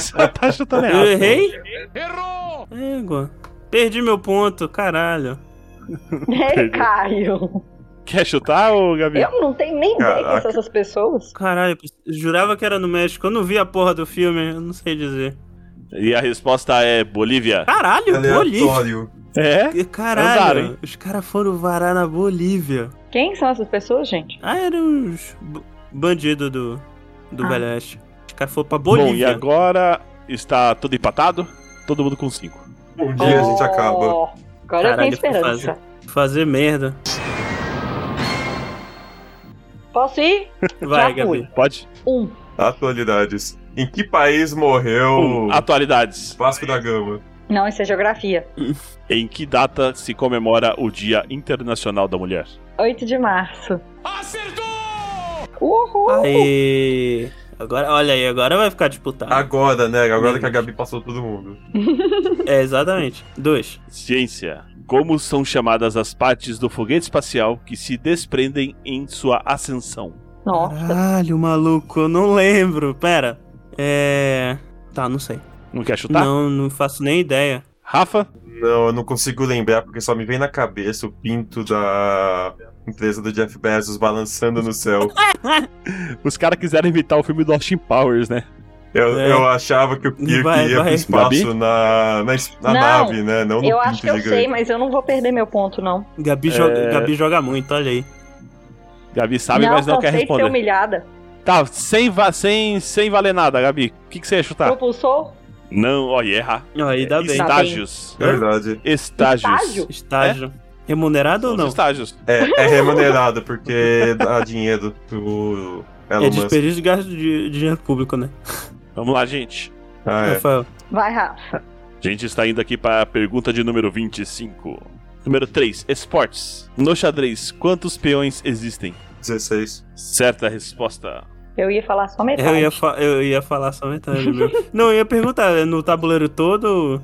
Speaker 4: só tá chutando
Speaker 1: Eu
Speaker 4: errado.
Speaker 1: errei? Errou! Égua. Perdi meu ponto, caralho.
Speaker 2: É, Caio.
Speaker 4: Quer chutar, ô, Gabi?
Speaker 2: Eu não tenho nem ideia quem
Speaker 3: Caraca.
Speaker 2: são essas pessoas.
Speaker 1: Caralho, eu jurava que era no México. Eu não vi a porra do filme, eu não sei dizer.
Speaker 4: E a resposta é Bolívia.
Speaker 1: Caralho, Bolívia.
Speaker 3: Aleatório.
Speaker 4: É?
Speaker 1: Caralho,
Speaker 4: Andaram, hein?
Speaker 1: os caras foram varar na Bolívia.
Speaker 2: Quem são essas pessoas, gente?
Speaker 1: Ah, eram os b- bandidos do, do
Speaker 2: Ah.
Speaker 1: Velho Oeste. Os caras foram pra
Speaker 4: Bom, e
Speaker 1: Bolívia.
Speaker 4: agora está tudo empatado? Todo mundo com cinco.
Speaker 3: Um dia a gente acaba.
Speaker 2: Oh, Agora eu
Speaker 1: Caralho,
Speaker 2: tenho
Speaker 1: que
Speaker 2: esperança.
Speaker 1: Fazer merda.
Speaker 2: Posso ir?
Speaker 1: Vai,
Speaker 2: Já fui.
Speaker 1: Gabi.
Speaker 4: Pode?
Speaker 2: Um.
Speaker 3: Atualidades. Em que país morreu
Speaker 1: Hum.
Speaker 4: Um, Atualidades.
Speaker 3: Vasco da Gama?
Speaker 2: Não, isso é geografia.
Speaker 4: Em que data se comemora o Dia Internacional da Mulher?
Speaker 2: 8 de março. Acertou! Uhul!
Speaker 1: Aí. Agora, olha aí, agora vai ficar disputado.
Speaker 3: Agora, né? Agora que a Gabi passou todo mundo.
Speaker 1: É, exatamente. Dois.
Speaker 4: Ciência. Como são chamadas as partes do foguete espacial que se desprendem em sua ascensão?
Speaker 2: Nossa.
Speaker 1: Ah, Caralho, maluco, eu não lembro. Pera. É. Tá, não sei.
Speaker 4: Não quer chutar?
Speaker 1: Não, não faço nem ideia.
Speaker 4: Rafa?
Speaker 3: Não, eu não consigo lembrar porque só me vem na cabeça o pinto da empresa do Jeff Bezos balançando no céu.
Speaker 4: Os caras quiseram imitar o filme do Austin Powers, né?
Speaker 3: Eu,
Speaker 1: É.
Speaker 3: eu achava que o Kirk
Speaker 1: Vai,
Speaker 3: ia
Speaker 1: vai.
Speaker 3: pro espaço
Speaker 4: Gabi?
Speaker 3: na, na, es- na
Speaker 2: Não,
Speaker 3: nave, né? Não no
Speaker 2: Eu
Speaker 3: pinto
Speaker 2: acho que eu
Speaker 3: gigante.
Speaker 2: sei, mas eu não vou perder meu ponto, não.
Speaker 1: Gabi, joga, Gabi joga muito, olha aí.
Speaker 4: Gabi sabe, mas não quer
Speaker 2: cansei de ser
Speaker 4: responder.
Speaker 2: humilhada.
Speaker 4: Tá, sem, va- sem, sem valer nada, Gabi. O que, que você ia chutar?
Speaker 2: Propulsor?
Speaker 4: Não, olha, erra.
Speaker 1: Ó, Aí
Speaker 4: É,
Speaker 1: dá bem.
Speaker 2: Está-
Speaker 3: Tá
Speaker 4: Estágios.
Speaker 3: Verdade.
Speaker 4: Estágios.
Speaker 2: Estágio?
Speaker 1: Estágio. Remunerado ou
Speaker 4: São os
Speaker 1: não?
Speaker 4: Estágios.
Speaker 3: É, é remunerado porque dá dinheiro pro
Speaker 1: É
Speaker 3: Elon Musk.
Speaker 1: desperdício de gasto de de dinheiro público, né?
Speaker 4: Vamos lá, gente.
Speaker 3: Ah, é.
Speaker 1: Rafael.
Speaker 2: Vai, Rafa.
Speaker 4: A gente está indo aqui para a pergunta de número 25. Número 3, esportes. No xadrez, quantos peões existem?
Speaker 3: 16.
Speaker 4: Certa resposta.
Speaker 2: Eu ia falar só metade.
Speaker 1: Eu ia, fa- eu ia falar só metade meu. Não, eu ia perguntar, é no tabuleiro todo.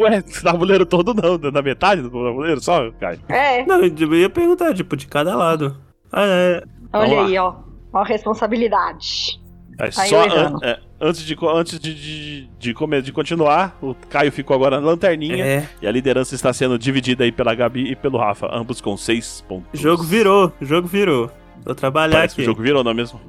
Speaker 4: Ué, tabuleiro todo não, né? na metade do tabuleiro só, Caio.
Speaker 2: É,
Speaker 1: Não, eu ia perguntar, tipo, de cada lado. Ah, é.
Speaker 2: olha
Speaker 4: lá.
Speaker 2: aí, ó. Ó a responsabilidade.
Speaker 4: É
Speaker 2: Aí
Speaker 4: só
Speaker 2: eu errando.
Speaker 4: an- é, antes, de, co- antes de, de, de, come- de continuar, o Caio ficou agora na lanterninha
Speaker 1: é.
Speaker 4: e a liderança está sendo dividida aí pela Gabi e pelo Rafa, ambos com 6 pontos.
Speaker 1: Jogo né, virou, jogo virou. Vou trabalhar
Speaker 4: Parece que
Speaker 1: aqui.
Speaker 4: o jogo virou, não é mesmo?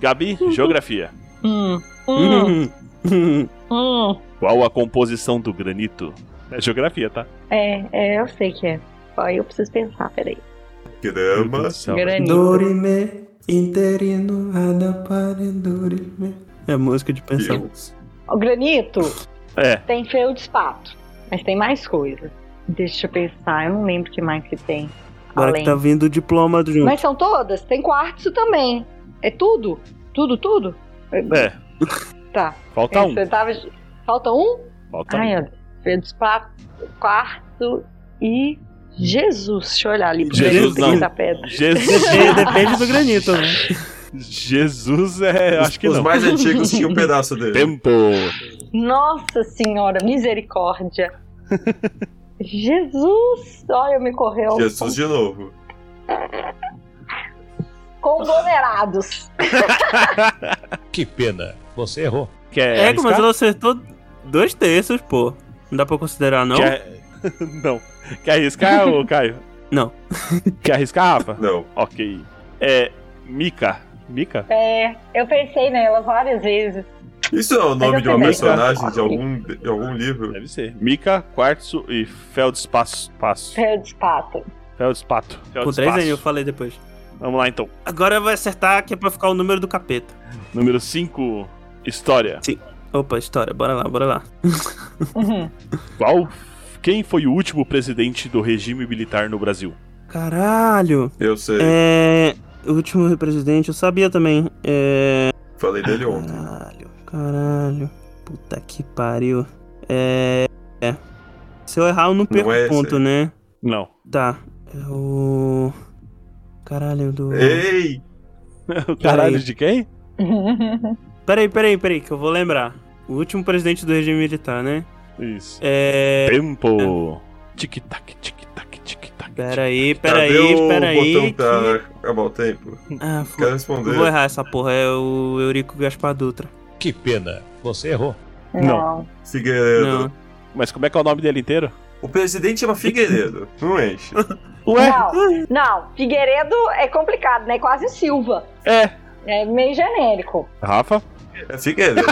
Speaker 4: Gabi, geografia.
Speaker 2: Hum. Hum.
Speaker 1: Hum.
Speaker 2: hum.
Speaker 4: Qual a composição do granito? É geografia, tá?
Speaker 2: É, é, eu sei que é. Ó, eu preciso pensar, peraí.
Speaker 4: Meu
Speaker 3: Grama.
Speaker 4: Deus do céu.
Speaker 2: Granito.
Speaker 1: Dorime, interino, adapare, dorime. É música de pensão.
Speaker 3: Deus.
Speaker 2: O granito
Speaker 4: É,
Speaker 2: tem feldspato, mas tem mais coisa. Deixa eu pensar, eu não lembro o que mais que tem.
Speaker 1: Agora que
Speaker 2: além.
Speaker 1: tá vindo o diploma junto.
Speaker 2: Mas são todas? Tem quartzo também. É tudo? Tudo, tudo?
Speaker 4: é.
Speaker 2: Tá.
Speaker 4: Falta um.
Speaker 2: Você tava... Falta um?
Speaker 4: Falta
Speaker 2: Ai,
Speaker 4: um.
Speaker 2: meu Deus. Feldspato, quarto e Jesus. Deixa eu olhar ali. pra
Speaker 4: Jesus,
Speaker 2: ver se tem
Speaker 4: não.
Speaker 2: essa pedra.
Speaker 4: Jesus. é-
Speaker 1: Depende- Depende do granito, né?
Speaker 4: Jesus é. Acho que
Speaker 3: Os
Speaker 4: não.
Speaker 3: mais antigos tinham um pedaço dele.
Speaker 4: Tempo.
Speaker 2: Nossa Senhora, misericórdia. Jesus. Olha, me
Speaker 1: Tá
Speaker 2: correu.
Speaker 1: um
Speaker 3: Jesus de novo.
Speaker 2: Conglomerados.
Speaker 6: Que pena, você errou.
Speaker 4: Quer
Speaker 1: É,
Speaker 4: arriscar?
Speaker 1: mas ela acertou dois terços, pô. Não dá pra considerar, não?
Speaker 4: é Quer... não. Quer arriscar, ô Caio?
Speaker 1: Não.
Speaker 4: Quer arriscar,
Speaker 1: Ah.
Speaker 4: Rafa?
Speaker 3: Não.
Speaker 4: Ok. É. Mica. Mica?
Speaker 2: É, eu pensei nela várias vezes.
Speaker 3: Isso é o nome
Speaker 2: eu
Speaker 3: de uma
Speaker 2: também.
Speaker 3: personagem de algum, de algum livro?
Speaker 4: Deve ser. Mica, quartzo e feldspaço. Passo.
Speaker 2: É. Feldspato.
Speaker 4: Feldspato.
Speaker 1: Com três N eu
Speaker 4: Feldspaço.
Speaker 1: falei depois.
Speaker 4: Vamos lá então.
Speaker 1: Agora vai acertar que é pra ficar o número do capeta.
Speaker 4: Número 5. História.
Speaker 1: Sim. Opa, história, bora lá, bora lá.
Speaker 2: Uhum.
Speaker 4: Qual? Quem foi o último presidente do regime militar no Brasil?
Speaker 1: Caralho!
Speaker 3: Eu sei.
Speaker 1: É. O último presidente, eu sabia também. É.
Speaker 3: Falei dele ontem.
Speaker 1: Caralho, caralho. Puta que pariu. É. é. Se eu errar, eu não perco
Speaker 3: Não é esse
Speaker 1: ponto,
Speaker 3: aí.
Speaker 1: né?
Speaker 4: Não.
Speaker 1: Tá. É o. Caralho do.
Speaker 3: Ei!
Speaker 4: O caralho de quem?
Speaker 1: Peraí, peraí, peraí, que eu vou lembrar. O último presidente do regime militar, né?
Speaker 4: Isso.
Speaker 1: É.
Speaker 4: Tempo. Tic-tac, tic-tac, tic-tac.
Speaker 1: Peraí,
Speaker 3: Cadê
Speaker 1: peraí,
Speaker 3: o
Speaker 1: peraí.
Speaker 3: botão
Speaker 1: que-
Speaker 3: pra acabar o tempo?
Speaker 1: Ah, foda.
Speaker 3: Quero
Speaker 1: Eu vou
Speaker 3: responder.
Speaker 1: errar essa porra, é o Eurico Gaspar Dutra.
Speaker 6: Que pena, você errou.
Speaker 2: Não.
Speaker 3: Figueiredo.
Speaker 1: Não.
Speaker 4: Mas como é que é o nome dele inteiro?
Speaker 3: O presidente chama Figueiredo. Não enche.
Speaker 4: Ué?
Speaker 2: Não. Não. Figueiredo é complicado, né? É quase Silva.
Speaker 4: É.
Speaker 2: É meio genérico.
Speaker 4: Rafa?
Speaker 3: É Figueiredo.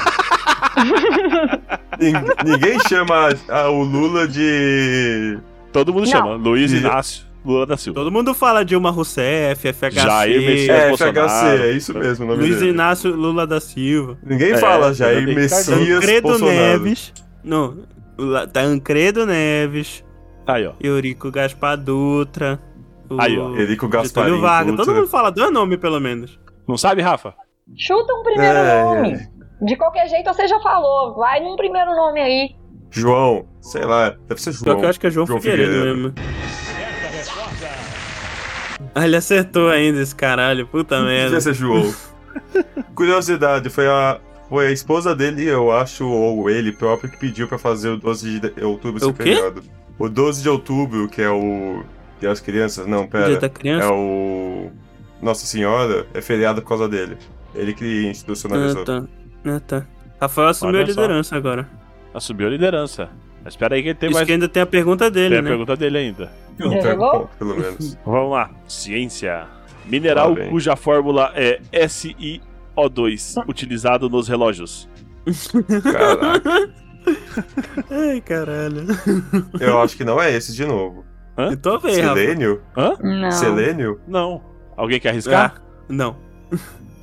Speaker 3: Nin- Ninguém chama ah, o Lula de.
Speaker 4: Todo mundo
Speaker 2: Não.
Speaker 4: chama. Luiz
Speaker 3: Sim.
Speaker 4: Inácio Lula da Silva.
Speaker 1: Todo mundo fala Dilma Rousseff, FHC,
Speaker 4: Jair Messias.
Speaker 3: É,
Speaker 4: Bolsonaro.
Speaker 3: FHC, é isso mesmo o nome
Speaker 1: Luiz
Speaker 3: dele.
Speaker 1: Inácio Lula da Silva,
Speaker 3: Ninguém
Speaker 4: É,
Speaker 3: fala Jair
Speaker 4: Fernando Henrique
Speaker 3: Messias
Speaker 1: Tancredo
Speaker 3: Bolsonaro.
Speaker 1: Neves. Não, La- Tancredo Neves,
Speaker 4: Aí, ó.
Speaker 1: Eurico Gaspar Dutra. O
Speaker 4: Aí, ó.
Speaker 3: Erico Gasparim.
Speaker 1: Getúlio Vargas.
Speaker 3: Dutra.
Speaker 1: Todo mundo fala dois nomes, pelo menos.
Speaker 4: Não sabe, Rafa?
Speaker 2: Chuta um primeiro
Speaker 3: É.
Speaker 2: nome. De qualquer jeito, você já falou. Vai num primeiro nome aí.
Speaker 3: João, sei lá, deve ser
Speaker 1: Pior
Speaker 3: João.
Speaker 1: que eu acho que é João,
Speaker 3: João
Speaker 1: Figueiredo,
Speaker 3: Figueiredo.
Speaker 1: mesmo. Ah, ele acertou ainda esse caralho, puta merda.
Speaker 3: Deve ser João. Curiosidade, foi a, foi a esposa dele, eu acho, ou ele próprio, que pediu pra fazer o 12 de outubro
Speaker 1: O
Speaker 3: ser
Speaker 1: quê?
Speaker 3: feriado. O 12 de outubro, que é o. Dia das crianças, não,
Speaker 1: Dia da
Speaker 3: pera.
Speaker 1: tá criança.
Speaker 3: É o. Nossa Senhora, é feriado por causa dele. Ele que institucionalizou.
Speaker 1: Ah, tá. Ah, tá. Rafael assumiu
Speaker 4: Olha
Speaker 1: a
Speaker 4: só.
Speaker 1: liderança agora.
Speaker 4: Assumiu a liderança. Mas espera aí que ele tem
Speaker 1: Isso
Speaker 4: mais.
Speaker 1: que ainda tem a pergunta dele,
Speaker 4: Tem a
Speaker 1: né?
Speaker 4: pergunta dele ainda.
Speaker 3: Eu não
Speaker 2: Já
Speaker 3: pego
Speaker 2: jogou?
Speaker 3: um ponto, pelo menos.
Speaker 4: Vamos lá. Ciência. Mineral
Speaker 3: Lá
Speaker 6: Tá
Speaker 3: vem.
Speaker 4: cuja fórmula é SiO2, utilizado nos relógios.
Speaker 3: Caraca,
Speaker 1: Ai, caralho.
Speaker 3: eu acho que não é esse de novo.
Speaker 1: Eu tô vendo, Rafa.
Speaker 3: Selênio?
Speaker 2: Não.
Speaker 3: Selênio?
Speaker 4: Não. Alguém quer arriscar?
Speaker 1: Ah, não.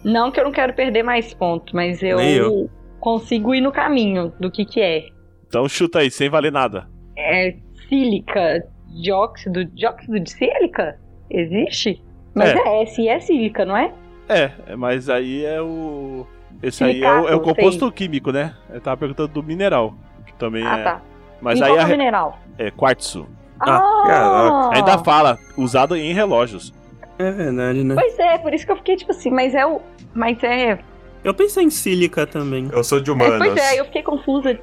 Speaker 2: Não que eu não quero perder mais ponto, mas eu,
Speaker 1: Nem eu.
Speaker 2: consigo ir no caminho do que que é.
Speaker 4: Então chuta aí, sem valer nada.
Speaker 2: É sílica, dióxido, dióxido de sílica? Existe? Mas
Speaker 4: É.
Speaker 2: é, S é sílica, não é?
Speaker 4: É, mas aí é o. Esse aí é o, é o
Speaker 2: Silicato,
Speaker 4: composto químico, né? Eu tava perguntando do mineral, que também
Speaker 2: Ah,
Speaker 4: é.
Speaker 2: tá.
Speaker 4: Mas
Speaker 2: e
Speaker 4: aí
Speaker 2: qual
Speaker 4: é,
Speaker 2: que é o mineral?
Speaker 4: é quartzo.
Speaker 2: Ah,
Speaker 3: caraca.
Speaker 4: Ainda fala, usado em relógios.
Speaker 1: É verdade, né?
Speaker 2: Pois é, por isso que eu fiquei tipo assim, mas é o. Mas é. é,
Speaker 1: Eu pensei em sílica também.
Speaker 3: Eu sou de humanas.
Speaker 2: pois é, eu fiquei confusa.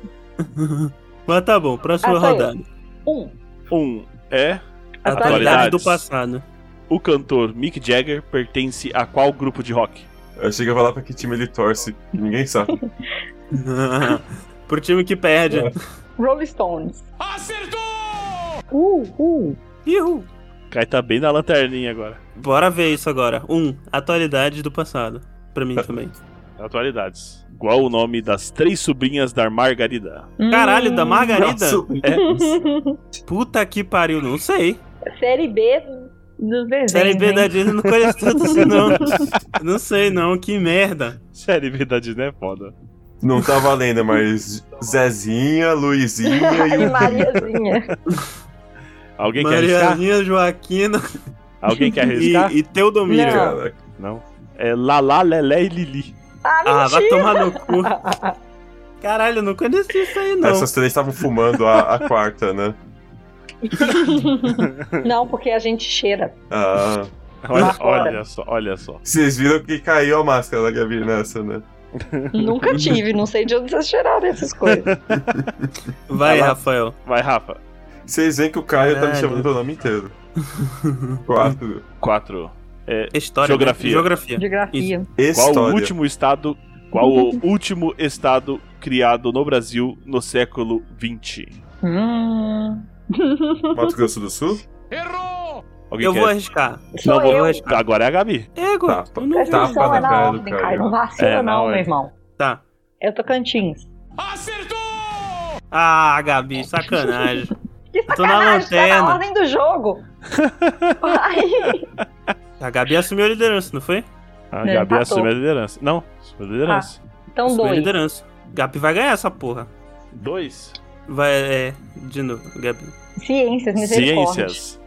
Speaker 1: Mas tá bom, próxima
Speaker 2: Ah, sou eu.
Speaker 1: rodada.
Speaker 2: Um.
Speaker 4: Um é.
Speaker 1: Atualidade do
Speaker 4: Atualidades.
Speaker 1: passado.
Speaker 4: O cantor Mick Jagger pertence a qual grupo de rock?
Speaker 3: Eu achei que ia falar pra que time ele torce. Ninguém sabe.
Speaker 1: Pro time que perde.
Speaker 4: É.
Speaker 2: Rolling Stones. Uh, Acertou! Uhul!
Speaker 1: Ihu.
Speaker 4: Cai tá bem na lanterninha agora.
Speaker 1: Bora ver isso agora. Um, atualidades do passado. Pra mim também.
Speaker 4: Atualidades. Qual o nome das três sobrinhas da Margarida?
Speaker 1: Caralho,
Speaker 2: Hum.
Speaker 1: da Margarida?
Speaker 3: Nossa,
Speaker 4: É.
Speaker 1: Puta que pariu, não sei.
Speaker 2: Série B dos- dos desenhos.
Speaker 1: Série B
Speaker 2: hein?
Speaker 1: da Disney não conheço tanto assim, não. Não sei, não. Que merda.
Speaker 4: Série B da Disney é foda.
Speaker 3: Não tá valendo, mas Zezinha, Luizinha e
Speaker 2: E
Speaker 3: o.
Speaker 2: Mariazinha.
Speaker 4: Alguém quer arriscar?
Speaker 1: Marianinha, Joaquina
Speaker 4: Alguém quer arriscar?
Speaker 1: e, e Teodomiro.
Speaker 2: Não.
Speaker 3: Caraca.
Speaker 4: Não. É Lala, Lelé e Lili.
Speaker 1: Ah,
Speaker 2: Ah,
Speaker 1: vai
Speaker 2: mentira!
Speaker 1: tomar no cu. Caralho, eu não conheci isso aí, não.
Speaker 3: Essas três estavam fumando a, a quarta, né?
Speaker 2: Não, porque a gente cheira.
Speaker 3: Ah,
Speaker 4: Olha,
Speaker 2: Lá fora.
Speaker 4: olha só, olha só.
Speaker 3: vocês viram que caiu a máscara da Gabi nessa, né?
Speaker 2: Nunca tive, não sei de onde vocês cheiraram essas coisas.
Speaker 1: Vai,
Speaker 4: Vai lá.
Speaker 1: Rafael.
Speaker 4: Vai, Rafa.
Speaker 3: Vocês veem que o Caio tá me
Speaker 1: Caralho.
Speaker 3: chamando pelo nome inteiro. Quatro.
Speaker 4: Quatro.
Speaker 1: História.
Speaker 4: Geografia.
Speaker 1: né? Geografia.
Speaker 2: De grafia.
Speaker 4: Qual o
Speaker 3: História.
Speaker 4: último estado. Qual o último estado criado no Brasil no século XX?
Speaker 2: Hum.
Speaker 3: Mato Grosso do Sul?
Speaker 4: Alguém
Speaker 1: Eu
Speaker 4: quer?
Speaker 1: vou arriscar.
Speaker 2: Sou
Speaker 1: vou
Speaker 2: eu.
Speaker 1: arriscar.
Speaker 4: Agora é a Gabi.
Speaker 1: Ego.
Speaker 3: Tá,
Speaker 1: eu não
Speaker 2: Presta
Speaker 3: Tapa
Speaker 1: vou.
Speaker 2: atenção,
Speaker 3: na
Speaker 2: é na
Speaker 3: cara do
Speaker 2: ordem,
Speaker 3: cara.
Speaker 2: Caio. Não vacila,
Speaker 4: É, na
Speaker 2: não, meu
Speaker 4: ordem.
Speaker 2: irmão.
Speaker 1: Tá.
Speaker 2: Eu tô cantins.
Speaker 1: Ah, Gabi, sacanagem.
Speaker 2: Que
Speaker 1: tô na
Speaker 2: sacanagem, tá na
Speaker 1: lanterna.
Speaker 2: ordem do jogo. Ai,
Speaker 1: A Gabi assumiu a liderança, não foi?
Speaker 4: A
Speaker 2: Não, tá
Speaker 4: Gabi
Speaker 2: empatou.
Speaker 4: assume a liderança. Não, assume a liderança.
Speaker 2: então
Speaker 1: assumiu a
Speaker 2: dois.
Speaker 1: liderança. Gabi vai ganhar essa porra.
Speaker 4: Dois.
Speaker 1: Vai, é. De novo, Gabi.
Speaker 2: Ciências, misericórdia.
Speaker 4: Ciências.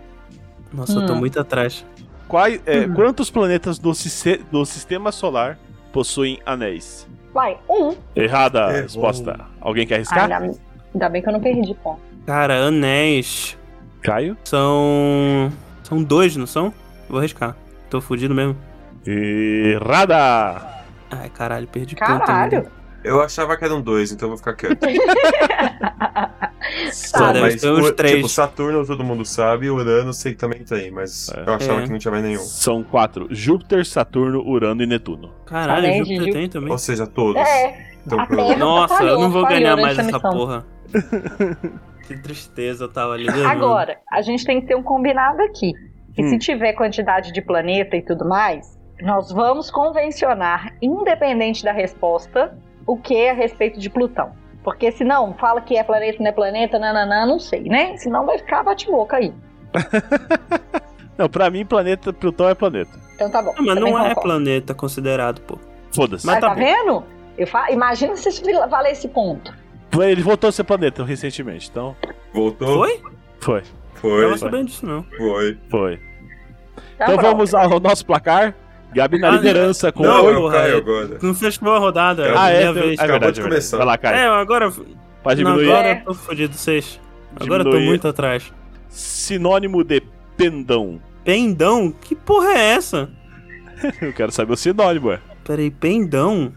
Speaker 1: Nossa, eu tô
Speaker 2: Hum.
Speaker 1: muito atrás.
Speaker 4: Quais, é,
Speaker 2: Uhum.
Speaker 4: Quantos planetas do, sisse- do sistema solar possuem anéis?
Speaker 2: Vai, um.
Speaker 4: Errada a
Speaker 3: Errou.
Speaker 4: resposta. Alguém quer
Speaker 2: Ah,
Speaker 4: arriscar?
Speaker 2: ainda, ainda bem que eu não perdi ponto.
Speaker 1: Cara, anéis
Speaker 4: Caio?
Speaker 1: são. São dois, não são? Vou arriscar. Tô fudido mesmo.
Speaker 4: Errada!
Speaker 1: Ai, caralho, perdi ponto. ainda.
Speaker 2: Caralho.
Speaker 3: Eu achava que eram dois, então eu vou ficar quieto.
Speaker 1: Tá, deve
Speaker 3: mas,
Speaker 1: ser uns
Speaker 3: o-
Speaker 1: três.
Speaker 3: Tipo, Saturno todo mundo sabe, Urano sei que também tem, mas
Speaker 4: É.
Speaker 3: eu achava
Speaker 1: É.
Speaker 3: que não tinha mais nenhum.
Speaker 4: São quatro: Júpiter, Saturno, Urano e Netuno.
Speaker 1: Caralho,
Speaker 2: Anéis de
Speaker 1: Júpiter
Speaker 2: Júpiter.
Speaker 1: tem também.
Speaker 3: Ou seja, todos.
Speaker 2: É,
Speaker 3: Então,
Speaker 2: a
Speaker 3: pro-
Speaker 2: Terra.
Speaker 1: Nossa,
Speaker 2: falhou,
Speaker 1: eu não vou
Speaker 2: falhou
Speaker 1: ganhar
Speaker 2: nessa
Speaker 1: mais essa
Speaker 2: missão.
Speaker 1: porra. que tristeza, eu tava ali. ganhando.
Speaker 2: agora, a gente tem que ter um combinado aqui. Que
Speaker 4: Hum.
Speaker 2: se tiver quantidade de planeta e tudo mais, nós vamos convencionar, independente da resposta, o que é a respeito de Plutão. Porque senão, fala que é planeta, não é planeta, nananã, não sei, né? Senão vai ficar bate-boca aí.
Speaker 4: Não, pra mim, planeta Plutão é planeta.
Speaker 2: Então tá bom.
Speaker 1: Ah, mas
Speaker 2: também
Speaker 1: não é
Speaker 2: concordo.
Speaker 1: planeta considerado, pô.
Speaker 4: Foda-se.
Speaker 1: Mas
Speaker 2: Mas
Speaker 1: tá
Speaker 2: tá,
Speaker 1: bom.
Speaker 2: vendo? Eu fa... Imagina se isso valesse ponto.
Speaker 4: Ele voltou a ser planeta recentemente, então.
Speaker 3: Voltou?
Speaker 1: Foi?
Speaker 4: Foi,
Speaker 1: Eu
Speaker 3: Foi,
Speaker 1: Tava sabendo disso, não.
Speaker 3: foi.
Speaker 4: foi.
Speaker 2: Tá
Speaker 4: então
Speaker 2: pronto.
Speaker 4: vamos ao nosso placar. Gabi na
Speaker 1: Ah,
Speaker 4: liderança com
Speaker 1: não,
Speaker 3: Não,
Speaker 4: oito.
Speaker 1: eu-
Speaker 3: eu caio
Speaker 1: é-
Speaker 3: agora.
Speaker 1: Não fez uma rodada,
Speaker 3: Ah,
Speaker 1: é
Speaker 4: Ah,
Speaker 1: a
Speaker 4: é,
Speaker 1: minha
Speaker 4: é
Speaker 1: vez.
Speaker 4: verdade,
Speaker 3: Acabou de
Speaker 4: verdade.
Speaker 3: começar.
Speaker 4: Vai lá, Caio.
Speaker 1: É, agora.
Speaker 4: Pode
Speaker 1: não,
Speaker 4: diminuir.
Speaker 1: agora eu tô fodido, seis. Agora eu tô
Speaker 4: Diminuir.
Speaker 1: muito atrás.
Speaker 4: Sinônimo de pendão.
Speaker 1: Pendão? Que porra é essa?
Speaker 4: Eu quero saber o sinônimo, é.
Speaker 1: Peraí, pendão?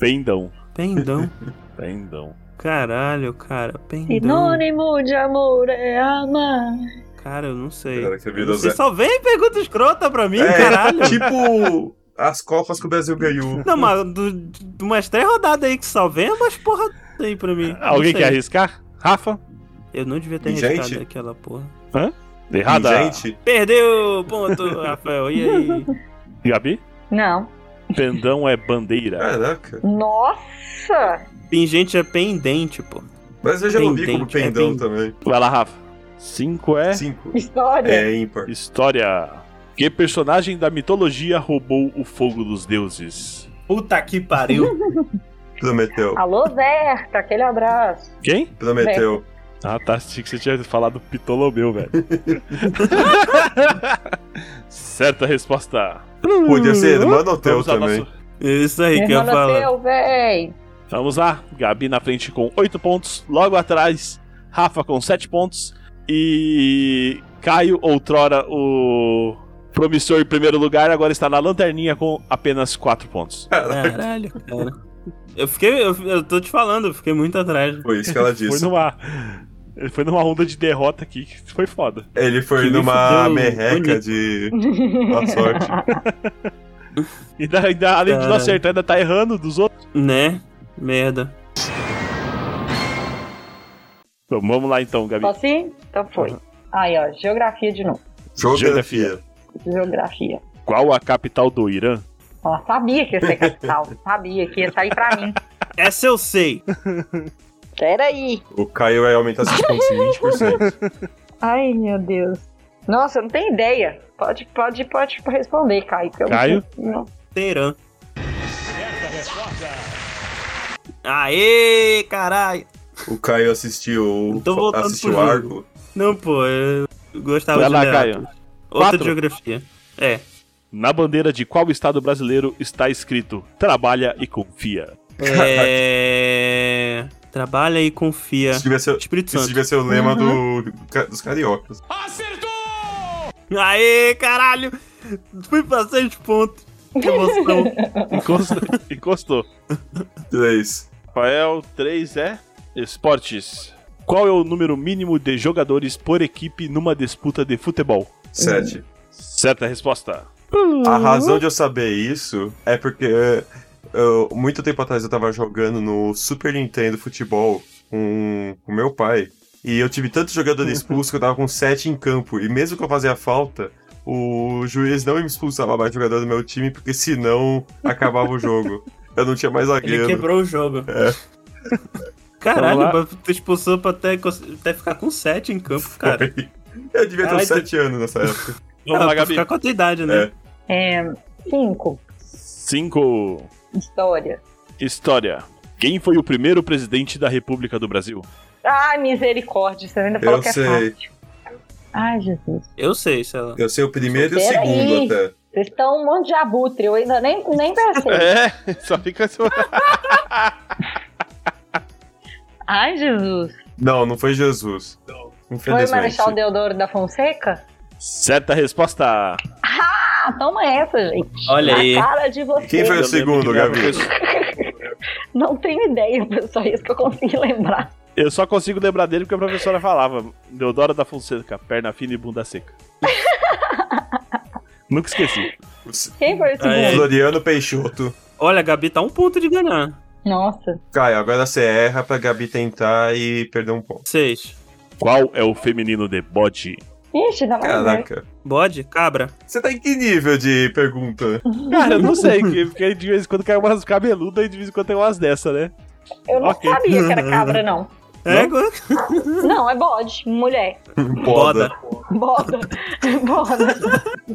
Speaker 4: Pendão.
Speaker 1: Pendão?
Speaker 4: Pendão.
Speaker 1: Caralho, cara, pendão.
Speaker 2: Sinônimo de amor é amar.
Speaker 1: Cara, eu não sei.
Speaker 3: Cara, que vida
Speaker 1: Você
Speaker 3: zero.
Speaker 1: só vem e pergunta escrota pra mim,
Speaker 3: É,
Speaker 1: caralho.
Speaker 3: Tipo as Copas que o Brasil ganhou.
Speaker 1: Não, mas do, de umas três rodadas aí que só vem, mas porra tem pra mim. Não
Speaker 4: Alguém
Speaker 1: sei.
Speaker 4: quer arriscar? Rafa?
Speaker 1: Eu não devia ter
Speaker 3: Gente?
Speaker 1: arriscado aquela porra.
Speaker 4: Errada.
Speaker 3: Gente,
Speaker 1: Perdeu ponto, Rafael. E aí?
Speaker 4: Gabi?
Speaker 2: Não.
Speaker 4: Pendão é bandeira.
Speaker 3: caraca.
Speaker 2: Nossa!
Speaker 1: Pingente é pendente, pô.
Speaker 3: Mas eu já ouvi como
Speaker 1: Pendente, é
Speaker 3: pendão
Speaker 1: pen-
Speaker 3: também.
Speaker 4: Vai lá, Rafa. Cinco é
Speaker 3: Cinco.
Speaker 2: História.
Speaker 3: É ímpar.
Speaker 4: história. Que personagem da mitologia roubou o fogo dos deuses?
Speaker 1: Puta que pariu.
Speaker 3: Prometeu.
Speaker 2: Alô, Berta, aquele abraço.
Speaker 4: Quem?
Speaker 3: Prometeu.
Speaker 4: Ah, tá. Achei que você tinha falado Ptolomeu, velho. Certa resposta.
Speaker 3: Podia ser
Speaker 4: né?
Speaker 3: Manoteu
Speaker 4: Vamos ao
Speaker 3: é também.
Speaker 4: nosso-
Speaker 1: É Isso aí que eu
Speaker 2: Irmão
Speaker 1: falo.
Speaker 2: teu, véi.
Speaker 4: Vamos lá. Gabi na frente com 8 pontos. Logo atrás, Rafa com 7 pontos. E Caio, outrora o promissor em primeiro lugar, agora está na lanterninha com apenas 4 pontos.
Speaker 1: Caralho, cara. Eu fiquei. Eu, eu tô te falando, eu fiquei muito atrás.
Speaker 3: Foi isso que ela
Speaker 4: Foi
Speaker 3: disse.
Speaker 4: numa. Ele foi numa onda de derrota aqui, que foi foda.
Speaker 3: Ele foi
Speaker 1: Que
Speaker 3: numa
Speaker 1: me fudeu
Speaker 3: merreca
Speaker 1: bonito.
Speaker 3: de boa sorte.
Speaker 4: E da- ainda, além de não
Speaker 1: Caralho.
Speaker 4: acertar, ainda tá errando dos outros.
Speaker 1: Né? Merda.
Speaker 4: Então, vamos lá então, Gabi.
Speaker 2: Só assim? Então foi. Aí, ó, geografia de novo.
Speaker 3: Geografia.
Speaker 2: Geografia.
Speaker 4: Qual a capital do Irã?
Speaker 2: Ó, sabia que ia ser capital. sabia que ia sair pra mim.
Speaker 1: Essa eu sei.
Speaker 2: Peraí.
Speaker 3: O Caio vai aumentar seus pontos em 20%.
Speaker 2: Ai, meu Deus. Nossa, eu não tenho ideia. Pode, pode, pode responder, Caio. que eu não
Speaker 4: Caio?
Speaker 2: sei. Não.
Speaker 1: Teherã. Aê, caralho.
Speaker 3: O Caio assistiu,
Speaker 1: Tô voltando
Speaker 3: assistiu
Speaker 1: pro jogo.
Speaker 3: Argo.
Speaker 1: Não, pô, eu gostava
Speaker 4: Vai
Speaker 1: de
Speaker 4: lá,
Speaker 1: ler
Speaker 4: Caio.
Speaker 1: outro. Outra
Speaker 4: Quatro.
Speaker 1: geografia. É.
Speaker 4: Na bandeira de qual estado brasileiro está escrito Trabalha e confia?
Speaker 1: É. Trabalha e confia.
Speaker 3: Isso devia ser,
Speaker 1: Espírito
Speaker 3: isso
Speaker 1: Santo.
Speaker 3: devia ser o lema do, ca- dos cariocas.
Speaker 1: Aê, caralho! Fui pra seis pontos. Que emoção.
Speaker 4: Encostou. encostou.
Speaker 3: Três.
Speaker 4: Rafael, 3 é esportes. Qual é o número mínimo de jogadores por equipe numa disputa de futebol?
Speaker 3: Sete.
Speaker 4: Certa resposta.
Speaker 3: A
Speaker 2: Uhum.
Speaker 3: razão de eu saber isso é porque é, eu- muito tempo atrás eu tava jogando no Super Nintendo Futebol com o meu pai. E eu tive tantos
Speaker 2: Uhum.
Speaker 3: jogadores expulsos que eu tava com sete em campo. E mesmo que eu fazia falta, o juiz não me expulsava mais jogador do meu time, porque senão acabava o jogo. Eu não tinha mais
Speaker 1: Ele
Speaker 3: zagueiro.
Speaker 1: quebrou o jogo.
Speaker 4: Vamos
Speaker 1: É. Caralho,
Speaker 4: lá.
Speaker 1: tu expulsou pra até, cons- até ficar com sete em campo, cara.
Speaker 3: Eu devia ter uns
Speaker 1: Caralho.
Speaker 3: sete anos nessa época.
Speaker 4: Vamos
Speaker 1: Ah,
Speaker 4: lá,
Speaker 1: pra
Speaker 4: Gabi.
Speaker 1: ficar com a tua idade, né?
Speaker 3: É.
Speaker 2: É, cinco.
Speaker 4: 5.
Speaker 2: História.
Speaker 4: História. Quem foi o primeiro presidente da República do Brasil?
Speaker 2: Ai, misericórdia, você ainda falou
Speaker 3: Eu
Speaker 2: que
Speaker 3: sei.
Speaker 2: é fácil. Ai, Jesus.
Speaker 1: Eu sei, sei lá.
Speaker 3: Eu sei o primeiro e o
Speaker 2: Peraí.
Speaker 3: segundo até.
Speaker 2: Vocês estão um monte de abutre, eu ainda nem, nem pensei.
Speaker 4: É, só fica assim.
Speaker 2: Ai, Jesus.
Speaker 3: Não, não foi Jesus.
Speaker 2: Foi o
Speaker 3: Infelizmente.
Speaker 2: Marechal Deodoro da Fonseca?
Speaker 4: Certa resposta.
Speaker 2: Ah, toma essa, gente.
Speaker 1: Olha
Speaker 2: Na
Speaker 1: aí.
Speaker 2: cara de vocês.
Speaker 3: Quem foi o
Speaker 4: Eu lembro
Speaker 3: segundo,
Speaker 4: que
Speaker 3: Gabi?
Speaker 4: dava-
Speaker 2: Não tenho ideia, pessoal. é Isso que eu consegui lembrar.
Speaker 4: Eu só consigo lembrar dele porque a professora falava. Deodoro da Fonseca, perna fina e bunda seca. Nunca esqueci.
Speaker 2: Quem foi esse
Speaker 1: Aí.
Speaker 2: segundo?
Speaker 3: Floriano Peixoto.
Speaker 1: Olha, a Gabi tá um ponto de ganhar.
Speaker 2: Nossa.
Speaker 3: Caio, agora você erra pra Gabi tentar e perder um ponto.
Speaker 1: Seis.
Speaker 4: Qual é o feminino de bode?
Speaker 2: Ixi, dá mais né? dois.
Speaker 3: Caraca.
Speaker 1: Bode? Cabra?
Speaker 3: Você tá em que nível de pergunta?
Speaker 4: Cara, eu não sei, que- porque de vez em quando cai umas cabeludas e de vez em quando tem umas dessa, né?
Speaker 2: Eu não
Speaker 4: Ok.
Speaker 2: sabia que era cabra, não.
Speaker 1: É,
Speaker 2: Não, é bode, mulher.
Speaker 3: Um
Speaker 1: boda.
Speaker 2: Boda. Boda.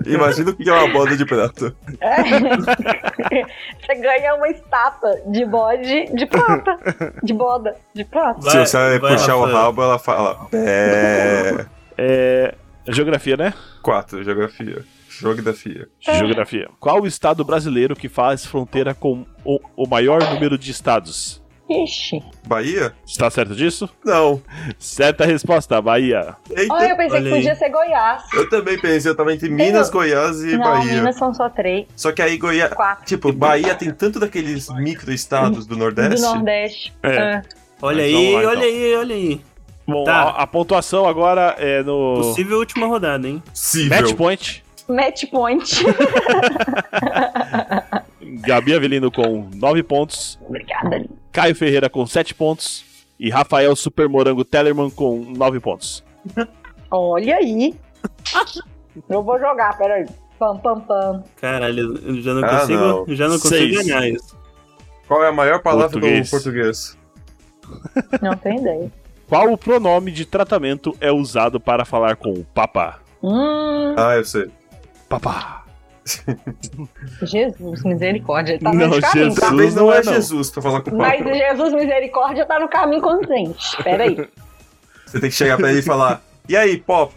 Speaker 3: Imagina o que é uma boda de prata.
Speaker 2: É. Você ganha uma estátua de bode de prata. De boda, de prata.
Speaker 1: Vai,
Speaker 3: Se você
Speaker 1: vai,
Speaker 3: puxar o
Speaker 1: Rafael.
Speaker 3: rabo, ela fala. É.
Speaker 4: É. Geografia, né?
Speaker 3: 4. Geografia. Geografia.
Speaker 4: É. Geografia. Qual o estado brasileiro que faz fronteira com o, o maior número de estados?
Speaker 2: Ixi.
Speaker 3: Bahia?
Speaker 4: Está certo disso?
Speaker 3: Não.
Speaker 4: Certa resposta, Bahia.
Speaker 3: Eita.
Speaker 2: Olha, eu pensei
Speaker 1: olha
Speaker 2: que podia
Speaker 1: aí.
Speaker 2: ser Goiás.
Speaker 3: Eu também pensei, eu tava entre Minas, Goiás e
Speaker 2: não,
Speaker 3: Bahia.
Speaker 2: Minas são só três,
Speaker 3: Só que aí Goiás.
Speaker 2: quatro.
Speaker 3: Tipo, Bahia tem tanto daqueles micro-estados do Nordeste.
Speaker 2: Do Nordeste.
Speaker 4: É.
Speaker 2: Ah,
Speaker 1: Olha
Speaker 4: Mas
Speaker 1: aí,
Speaker 4: vamos lá,
Speaker 1: olha aí, olha aí.
Speaker 4: Bom,
Speaker 1: Tá.
Speaker 4: a, a pontuação agora é no
Speaker 1: Possível última rodada, hein?
Speaker 4: match
Speaker 3: Possível.
Speaker 4: point.
Speaker 2: Match point.
Speaker 4: Gabi Avelino com 9 pontos,
Speaker 2: Obrigada. Lin.
Speaker 4: Caio Ferreira com 7 pontos e Rafael Super Morango Tellerman com 9 pontos.
Speaker 2: Olha aí. Eu vou jogar, peraí. Pam, pam, pam.
Speaker 1: Caralho, eu já não
Speaker 3: Ah,
Speaker 1: consigo,
Speaker 3: não.
Speaker 1: Já não consigo
Speaker 4: Seis.
Speaker 1: ganhar isso.
Speaker 3: Qual é a maior palavra
Speaker 4: Português.
Speaker 3: do português?
Speaker 2: Não tenho ideia.
Speaker 4: Qual o pronome de tratamento é usado para falar com o Papa?
Speaker 2: Hum,
Speaker 3: Ah, eu sei.
Speaker 4: Papá.
Speaker 2: Jesus, misericórdia. Ele tá
Speaker 4: Não,
Speaker 2: no caminho,
Speaker 4: Jesus.
Speaker 2: tá?
Speaker 3: Talvez não é
Speaker 4: não.
Speaker 3: Jesus pra falar com o
Speaker 2: Mas
Speaker 3: Papa.
Speaker 2: Jesus, misericórdia, tá no caminho consciente. Peraí.
Speaker 3: Você tem que chegar pra ele e falar. E aí, Pop?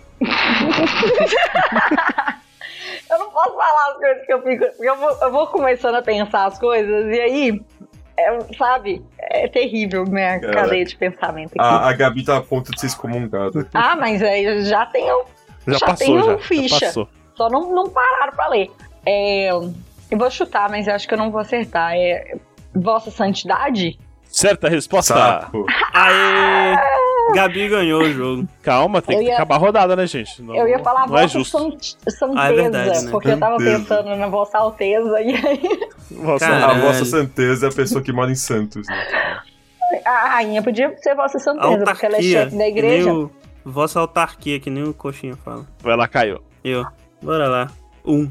Speaker 2: Eu não posso falar as coisas que eu fico. porque Eu vou, eu vou começando a pensar as coisas, e aí, é, sabe? É terrível minha
Speaker 3: Caraca.
Speaker 2: cadeia de pensamento aqui. Ah,
Speaker 3: A, a Gabi tá a ponto de ser excomungada.
Speaker 2: mas aí eu já tenho.
Speaker 4: Já,
Speaker 2: Já
Speaker 4: passou,
Speaker 2: tenho
Speaker 4: já. já
Speaker 2: ficha.
Speaker 4: passou.
Speaker 2: Só não, não pararam pra ler. É, eu vou chutar, mas eu acho que eu não vou acertar. É, Vossa Santidade?
Speaker 4: Certa resposta.
Speaker 3: Sapo.
Speaker 1: Aê! Gabi ganhou o jogo.
Speaker 4: Calma, tem
Speaker 2: Eu
Speaker 4: que
Speaker 2: ia-
Speaker 4: acabar a rodada, né, gente? Não,
Speaker 2: eu ia falar
Speaker 4: não é
Speaker 2: Vossa
Speaker 4: justo.
Speaker 2: Sant- Santeza,
Speaker 1: Ah, é verdade, né?
Speaker 2: porque eu tava
Speaker 3: Santeza.
Speaker 2: pensando na Vossa Alteza e aí
Speaker 4: Nossa,
Speaker 1: Cara,
Speaker 3: A
Speaker 1: Caralho.
Speaker 3: vossa santeza é a pessoa que mora em Santos. Né?
Speaker 2: a rainha podia ser Vossa Santeza, porque ela é
Speaker 1: Autarquia.
Speaker 2: chefe da
Speaker 1: que
Speaker 2: igreja.
Speaker 1: nem o- vossa autarquia, que nem o Coxinha fala.
Speaker 4: vai lá, Caio.
Speaker 1: Eu. Bora lá. Um.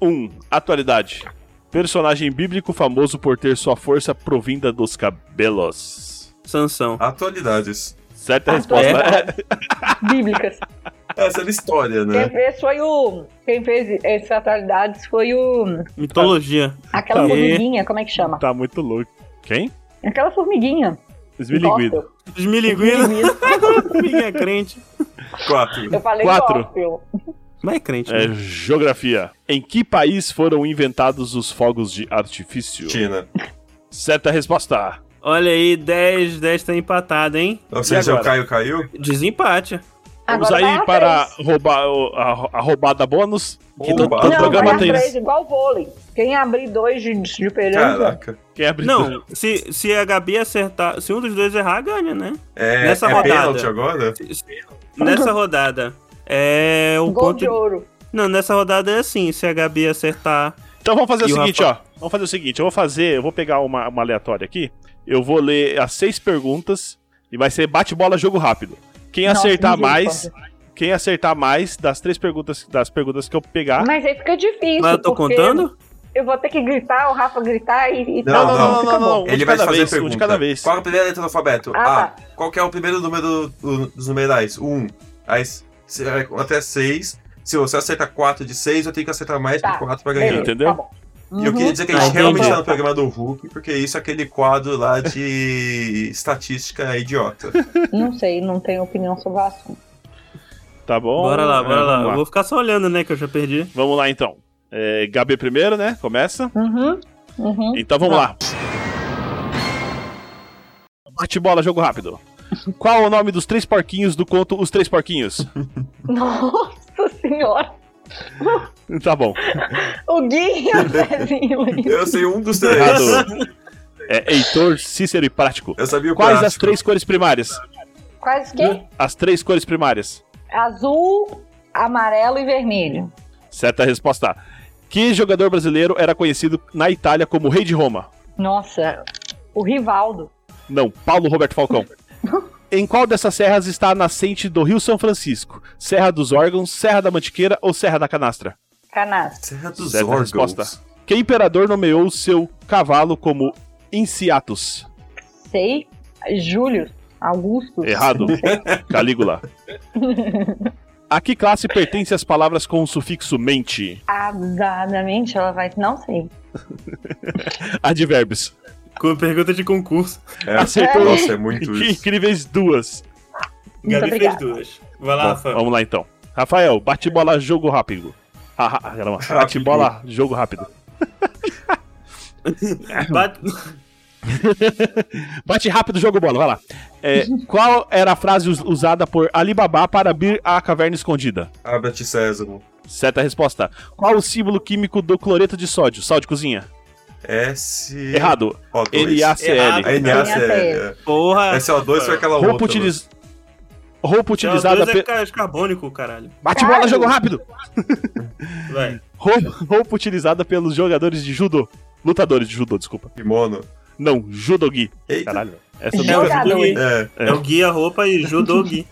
Speaker 4: 1. Atualidade. Personagem bíblico famoso por ter sua força provinda dos cabelos.
Speaker 1: Sansão.
Speaker 3: Atualidades.
Speaker 4: Certa
Speaker 1: Atualidade.
Speaker 4: resposta.
Speaker 2: Bíblicas.
Speaker 3: Essa era a história,
Speaker 2: Quem
Speaker 3: né?
Speaker 2: fez foi o. Quem fez essas atualidades foi o.
Speaker 1: Mitologia.
Speaker 2: Aquela
Speaker 1: Tá.
Speaker 2: formiguinha, como é que chama?
Speaker 4: tá muito louco. Quem?
Speaker 2: Aquela formiguinha.
Speaker 4: Esmilinguido.
Speaker 2: Gospel.
Speaker 1: Esmilinguido. Ninguém é crente.
Speaker 3: Quatro.
Speaker 2: Eu falei
Speaker 4: Quatro.
Speaker 2: gospel.
Speaker 1: Mas é crente.
Speaker 4: É
Speaker 1: né?
Speaker 4: geografia. Em que país foram inventados os fogos de artifício?
Speaker 3: China.
Speaker 4: Certa resposta.
Speaker 1: Olha aí, 10. 10 tá empatado, hein?
Speaker 3: Ou seja, o
Speaker 4: agora?
Speaker 3: Caio caiu?
Speaker 1: Desempate.
Speaker 4: Vamos
Speaker 2: Agora vai
Speaker 4: aí
Speaker 2: a
Speaker 4: para
Speaker 2: três.
Speaker 4: roubar o- a, a roubada bônus. Que todo,
Speaker 3: Oba.
Speaker 4: todo
Speaker 2: Não,
Speaker 4: programa
Speaker 2: vai a
Speaker 4: tem.
Speaker 2: três, igual vôlei. Quem abrir dois de de diferença.
Speaker 3: Caraca.
Speaker 4: Quem abre
Speaker 1: Não, se, se a Gabi acertar, se um dos dois errar, ganha, né?
Speaker 3: É,
Speaker 1: Nessa
Speaker 3: é
Speaker 1: rodada.
Speaker 3: pênalti agora?
Speaker 1: Nessa rodada. É o
Speaker 2: Gol
Speaker 1: ponto.
Speaker 2: de ouro.
Speaker 1: Não, nessa rodada é assim, se a Gabi acertar.
Speaker 4: Então vamos fazer
Speaker 1: E
Speaker 4: o
Speaker 1: o
Speaker 4: seguinte, ó. Vamos fazer o seguinte, eu vou fazer, eu vou pegar uma, uma aleatória aqui. Eu vou ler as seis perguntas e vai ser bate-bola jogo rápido. Quem
Speaker 2: Nossa,
Speaker 4: acertar mais,
Speaker 2: misericórdia.
Speaker 4: quem acertar mais das três perguntas, das perguntas que eu pegar.
Speaker 2: Mas aí fica difícil.
Speaker 1: Ah. Mas eu tô
Speaker 2: porque
Speaker 1: contando?
Speaker 2: Eu vou ter que gritar, o Rafa gritar e, e
Speaker 3: Não,
Speaker 2: tal.
Speaker 3: não,
Speaker 2: fica bom.
Speaker 4: Um
Speaker 3: Ele
Speaker 4: de
Speaker 3: vai
Speaker 4: cada
Speaker 3: te fazer
Speaker 4: vez,
Speaker 3: pergunta.
Speaker 4: um de cada vez.
Speaker 3: Qual é a primeira letra do alfabeto?
Speaker 2: Ah,
Speaker 3: A. Qual que é o primeiro número do- dos numerais? Um. Aí, se- é até seis. Se você acertar quatro de seis, eu tenho que acertar mais
Speaker 2: Tá.
Speaker 3: que quatro pra
Speaker 2: Beleza,
Speaker 3: ganhar.
Speaker 4: Entendeu?
Speaker 2: tá bom.
Speaker 3: E eu queria dizer que a gente
Speaker 1: Entendi.
Speaker 3: realmente tá no programa do Hulk, porque isso é aquele quadro lá de estatística idiota.
Speaker 2: Não sei, não tenho opinião sobre o assunto.
Speaker 4: Tá bom?
Speaker 1: Bora lá,
Speaker 4: É,
Speaker 1: bora lá.
Speaker 4: Vamos
Speaker 1: Eu
Speaker 4: lá,
Speaker 1: vou ficar só olhando, né, que eu já perdi.
Speaker 4: Vamos lá, então. É, Gabi primeiro, né? Começa.
Speaker 2: Uhum. Uhum.
Speaker 4: Então vamos lá. Bate bola, jogo rápido. Qual o nome dos três porquinhos do conto Os Três Porquinhos?
Speaker 2: Nossa senhora!
Speaker 4: tá bom.
Speaker 2: O Gui e o Zezinho. Luiz.
Speaker 3: Eu sei um dos três.
Speaker 4: Errado. É Heitor, Cícero e Prático.
Speaker 3: Eu sabia o
Speaker 4: Quais
Speaker 3: prático.
Speaker 4: as três cores primárias?
Speaker 2: Quais que?
Speaker 4: As três cores primárias.
Speaker 2: Azul, amarelo e vermelho.
Speaker 4: Certa resposta. Que jogador brasileiro era conhecido na Itália como Rei de Roma?
Speaker 2: Nossa, o Rivaldo.
Speaker 4: Não, Paulo Roberto Falcão. em qual dessas serras está a nascente do Rio São Francisco? Serra dos Órgãos, Serra da Mantiqueira ou Serra da Canastra?
Speaker 2: Canastra.
Speaker 3: Serra dos
Speaker 4: Certa
Speaker 3: órgãos.
Speaker 4: resposta. Que imperador nomeou seu cavalo como Inciatus?
Speaker 2: Sei. Júlio. Augusto.
Speaker 3: É.
Speaker 4: Errado. Calígula. A que classe pertence as palavras com o sufixo mente?
Speaker 2: Exatamente, ela vai. Não sei.
Speaker 4: Advérbios.
Speaker 1: Com pergunta de concurso.
Speaker 3: É,
Speaker 4: Acertou.
Speaker 3: Nossa, é muito
Speaker 4: Que
Speaker 3: isso.
Speaker 4: incríveis duas.
Speaker 2: Muito
Speaker 1: Gabi fez
Speaker 2: obrigada.
Speaker 1: duas. Vai lá,
Speaker 4: Bom,
Speaker 1: Rafa.
Speaker 4: vamos lá então. Rafael, bate bola, jogo rápido. Ah, ra- era uma- Bate bola, jogo rápido.
Speaker 1: Bate-
Speaker 4: Bate rápido, jogo bola, vai lá. É, qual era a frase us- usada por Alibaba para abrir a caverna escondida?
Speaker 3: Abra-te, Sésamo.
Speaker 4: Certa resposta. Qual o símbolo químico do cloreto de sódio? Sal de cozinha.
Speaker 3: S.
Speaker 4: Errado.
Speaker 3: O2.
Speaker 1: Errado.
Speaker 4: NaCl.
Speaker 3: é, NaCl.
Speaker 4: É
Speaker 1: Porra.
Speaker 3: SO2 foi aquela
Speaker 4: Roupa,
Speaker 3: outra.
Speaker 4: utiliz... Roupa utilizada...
Speaker 1: Utilizada
Speaker 4: pe-
Speaker 1: é ca- carbônico, caralho.
Speaker 4: Bate bola, jogo rápido!
Speaker 1: Vai.
Speaker 4: Roupa, roupa utilizada pelos jogadores de judô. Lutadores de judô, desculpa.
Speaker 3: Kimono.
Speaker 4: Não, judogi.
Speaker 3: Eita.
Speaker 4: Caralho. Essa
Speaker 1: É o
Speaker 4: não...
Speaker 2: Jogador.
Speaker 1: Gui.
Speaker 3: É.
Speaker 1: É. o Gui, a roupa e judô Gui.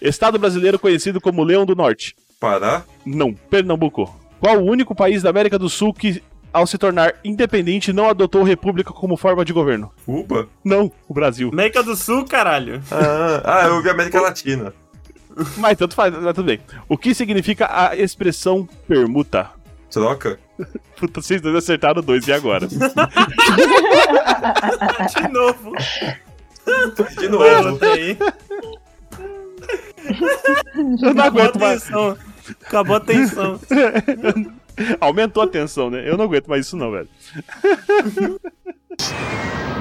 Speaker 4: Estado brasileiro conhecido como Leão do Norte.
Speaker 3: Pará.
Speaker 4: Não, Pernambuco. Qual o único país da América do Sul que, ao se tornar independente, não adotou república como forma de governo?
Speaker 3: Cuba.
Speaker 4: Não, o Brasil.
Speaker 1: América do Sul, caralho.
Speaker 3: Ah, ah, eu vi América Latina.
Speaker 4: Mas tanto faz, mas tudo bem. O que significa a expressão permuta?
Speaker 3: Troca.
Speaker 4: Puta, vocês dois acertaram dois, e agora?
Speaker 1: De novo.
Speaker 3: De
Speaker 1: Vai,
Speaker 3: novo.
Speaker 1: bota aí.
Speaker 4: Eu não aguento
Speaker 1: Acabou a
Speaker 4: mais.
Speaker 1: tensão. Acabou a tensão.
Speaker 4: Aumentou a tensão, né? Eu não aguento mais isso, não, velho.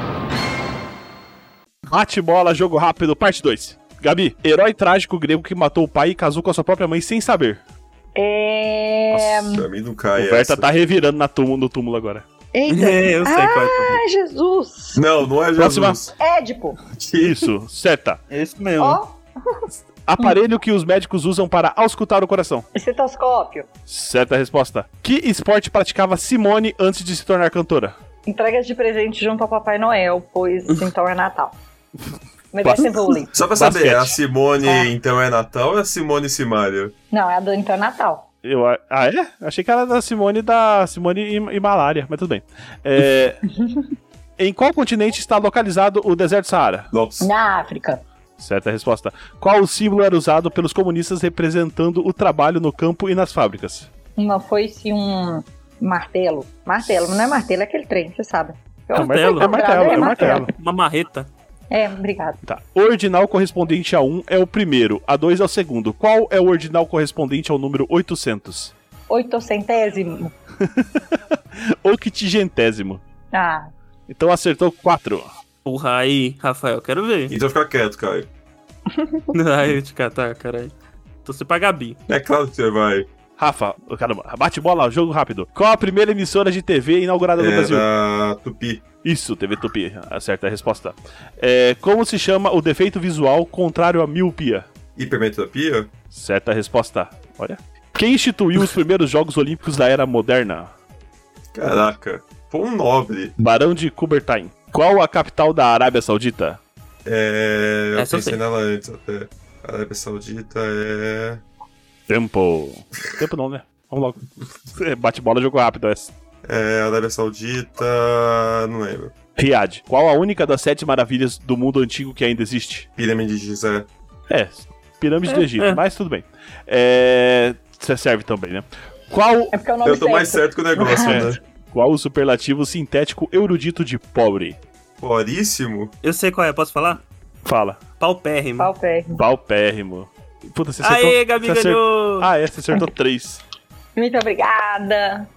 Speaker 4: Bate bola, jogo rápido, parte 2. Gabi, herói trágico grego que matou o pai e casou com a sua própria mãe sem saber.
Speaker 2: É...
Speaker 3: Pra mim não cai
Speaker 4: O Berta
Speaker 3: essa.
Speaker 4: tá revirando na túmulo, no túmulo agora.
Speaker 2: Eita.
Speaker 1: É, eu sei qual é.
Speaker 2: Ai, Jesus.
Speaker 3: Não, não é Jesus.
Speaker 4: Próxima.
Speaker 2: Édipo.
Speaker 4: Isso, certa.
Speaker 1: É isso mesmo.
Speaker 2: Ó,
Speaker 4: Aparelho que os médicos usam para auscultar o coração.
Speaker 2: estetoscópio.
Speaker 4: Certa resposta. Que esporte praticava Simone antes de se tornar cantora?
Speaker 2: Entregas de presente junto ao Papai Noel, pois então é Natal. Mas vai ser vôlei.
Speaker 3: Só pra saber,
Speaker 4: Basquete.
Speaker 3: a Simone
Speaker 2: É.
Speaker 3: então é Natal ou é a Simone Simário?
Speaker 2: Não, é a do Então é Natal.
Speaker 4: Eu, a- ah, é? Achei que era da Simone da Simone e, e Malária, mas tudo bem. É, em qual continente está localizado o deserto Saara?
Speaker 3: Nossa.
Speaker 2: Na África.
Speaker 4: Certa resposta. Qual o símbolo era usado pelos comunistas representando o trabalho no campo e nas fábricas?
Speaker 2: Uma foi-se um martelo. Martelo, mas não é martelo, é aquele trem, você sabe. Eu-
Speaker 4: É
Speaker 1: Martelo.
Speaker 4: martelo, é martelo, é martelo.
Speaker 1: Uma marreta.
Speaker 2: É, obrigado.
Speaker 4: Tá. Ordinal correspondente a 1 é o primeiro, a 2 é o segundo. Qual é o ordinal correspondente ao número 800?
Speaker 2: Oitocentésimo.
Speaker 4: Octigentésimo.
Speaker 2: Ah,
Speaker 4: Então acertou 4.
Speaker 1: Porra, aí, Rafael, quero ver.
Speaker 3: Então fica quieto, Caio.
Speaker 1: Ai, eu te catar, caralho. Tô se pra Gabi.
Speaker 3: É claro que você vai.
Speaker 4: Rafa, oh, caramba, bate bola, jogo rápido. Qual a primeira emissora de TV inaugurada no
Speaker 3: né?
Speaker 4: Brasil?
Speaker 3: Era É, Tupi.
Speaker 4: Isso, TV Tupi, acerta a resposta. É, como se chama o defeito visual contrário à miopia?
Speaker 3: Hipermetropia?
Speaker 4: Certa a resposta. Olha. Quem instituiu os primeiros Jogos Olímpicos da Era Moderna?
Speaker 3: Caraca. Foi um nobre.
Speaker 4: Barão de Kubertain. Qual a capital da Arábia Saudita?
Speaker 3: É. Eu
Speaker 1: Essa eu
Speaker 3: pensei
Speaker 1: sei.
Speaker 3: nela antes até. Arábia Saudita é.
Speaker 4: Tempo. Tempo não, né? Vamos logo. É, Bate bola, jogo rápido. É.
Speaker 3: É. Arábia Saudita. Não lembro.
Speaker 4: Riad. Qual a única das sete maravilhas do mundo antigo que ainda existe?
Speaker 3: Pirâmide de Gizé.
Speaker 4: É, pirâmide do Egito,
Speaker 1: é.
Speaker 4: mas tudo bem. É, Você serve também, né? Qual,
Speaker 2: É porque é o nome
Speaker 3: Eu tô mais certo que o negócio,
Speaker 4: É.
Speaker 3: né?
Speaker 4: qual o superlativo sintético erudito de pobre?
Speaker 3: Poríssimo?
Speaker 1: Eu sei qual é, posso falar?
Speaker 4: Fala.
Speaker 1: Paupérrimo.
Speaker 2: Paupérrimo.
Speaker 4: Paupérrimo. Puta, você acertou.
Speaker 1: Aê, Gabi
Speaker 4: você acer-
Speaker 1: ganhou!
Speaker 4: Ah, é, você acertou três.
Speaker 2: Muito obrigada.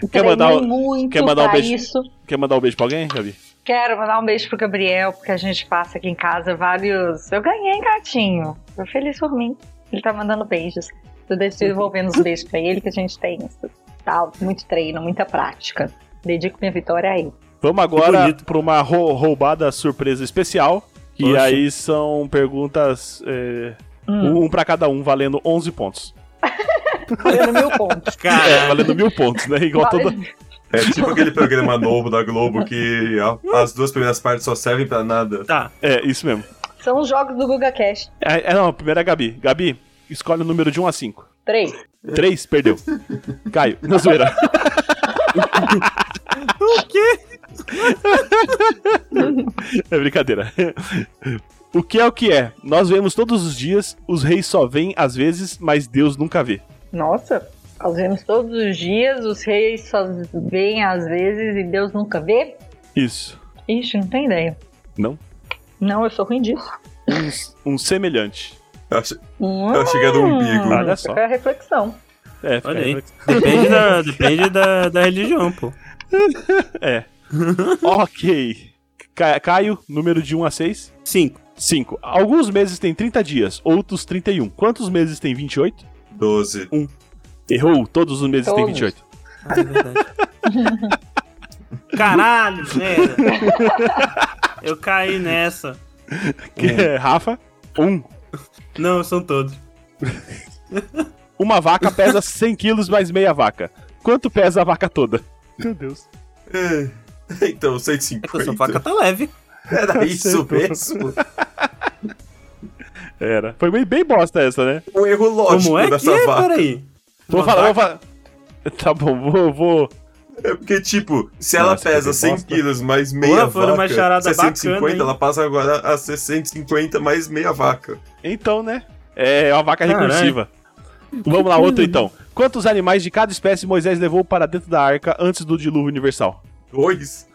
Speaker 4: Quer
Speaker 2: Treinei
Speaker 4: mandar um-
Speaker 2: muito
Speaker 4: quer mandar um
Speaker 2: pra
Speaker 4: beijo?
Speaker 2: isso.
Speaker 4: Quer mandar um beijo pra alguém, Gabi?
Speaker 2: Quero mandar um beijo pro Gabriel, porque a gente passa aqui em casa vários. Eu ganhei, gatinho. Tô feliz por mim. Ele tá mandando beijos. Tô desenvolvendo os beijos pra ele, que a gente tem isso. Tal, muito treino, muita prática. Dedico minha vitória a ele.
Speaker 4: Vamos agora
Speaker 1: bonito.
Speaker 4: pra uma rou- roubada surpresa especial. E
Speaker 1: Poxa.
Speaker 4: aí são perguntas. é, Um pra cada um, valendo 11 pontos.
Speaker 2: Valendo mil pontos.
Speaker 4: É,
Speaker 1: Cara,
Speaker 4: valendo mil pontos, né? Igual toda.
Speaker 2: Valendo-
Speaker 3: É tipo aquele programa novo da Globo que a- as duas primeiras partes só servem pra nada.
Speaker 1: tá.
Speaker 4: É, isso mesmo.
Speaker 2: São os jogos do Guga Cash.
Speaker 4: É, é, não, a primeira é a Gabi. Gabi, escolhe o número de 1 a 5.
Speaker 2: Três.
Speaker 4: 3, perdeu. Caio, na zoeira.
Speaker 1: O quê?
Speaker 4: É brincadeira. O que é o que é? Nós vemos todos os dias, os reis só vêm às vezes, mas Deus nunca vê.
Speaker 2: Nossa, nós vemos todos os dias, os reis só veem às vezes e Deus nunca vê?
Speaker 4: Isso.
Speaker 2: Ixi, não tem ideia.
Speaker 4: Não?
Speaker 2: Não, eu sou ruim disso.
Speaker 4: Um, um semelhante.
Speaker 3: Eu acho-
Speaker 2: Hum,
Speaker 3: eu cheguei no umbigo.
Speaker 4: Olha só.
Speaker 2: É a reflexão.
Speaker 4: É, fica-
Speaker 1: Olha aí. Depende da, depende da, da religião, pô.
Speaker 4: Ok. Ca- Caio, número de 1 a 6.
Speaker 1: Cinco.
Speaker 4: 5. Alguns meses têm 30 dias, outros 31. Quantos meses tem 28?
Speaker 3: 12.
Speaker 4: Errou, todos os meses têm
Speaker 2: Todos.
Speaker 4: 28.
Speaker 1: Ah, é verdade. Caralho, merda. Eu caí nessa.
Speaker 4: Que é, Rafa, 1.
Speaker 1: Não, um são todos.
Speaker 4: Uma vaca pesa 100 quilos mais meia vaca. Quanto pesa a vaca toda? Meu Deus.
Speaker 3: É. Então,
Speaker 1: É que essa
Speaker 3: 150.
Speaker 1: faca tá leve.
Speaker 3: Era isso mesmo?
Speaker 4: Era. Foi bem, bem bosta essa, né?
Speaker 3: Um erro lógico
Speaker 1: Como é que
Speaker 3: dessa
Speaker 1: é?
Speaker 3: vaca.
Speaker 1: Peraí.
Speaker 4: Vou
Speaker 1: Uma
Speaker 4: falar, vou falar. Tá bom, vou, vou.
Speaker 3: É porque, tipo, se ela
Speaker 4: Nossa,
Speaker 3: pesa
Speaker 4: que
Speaker 3: 100
Speaker 4: bosta.
Speaker 3: quilos mais meia
Speaker 1: Boa, foi uma
Speaker 3: vaca, é
Speaker 1: charada
Speaker 3: 650,
Speaker 1: bacana, hein?
Speaker 3: ela passa agora a 650 mais meia vaca.
Speaker 4: Então, né? É uma vaca
Speaker 1: Caralho.
Speaker 4: recursiva. Vamos lá, outro então. Quantos animais de cada espécie Moisés levou para dentro da arca antes do dilúvio universal?
Speaker 3: Dois.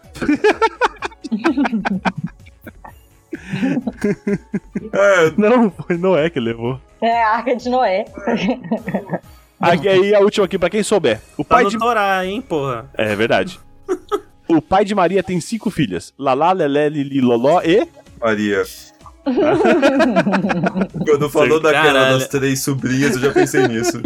Speaker 3: é,
Speaker 4: Não, foi Noé que levou.
Speaker 2: É a Arca de Noé.
Speaker 4: Aqui, aí a última aqui, pra quem souber. O
Speaker 1: Tá
Speaker 4: pai
Speaker 1: no
Speaker 4: de.
Speaker 1: Torá, hein, porra.
Speaker 4: É verdade. O pai de Maria tem cinco filhas: Lalá, Lelé, Lili, Loló e.
Speaker 3: Maria. Quando falou daquela
Speaker 1: Caralho.
Speaker 3: das três sobrinhas, eu já pensei nisso.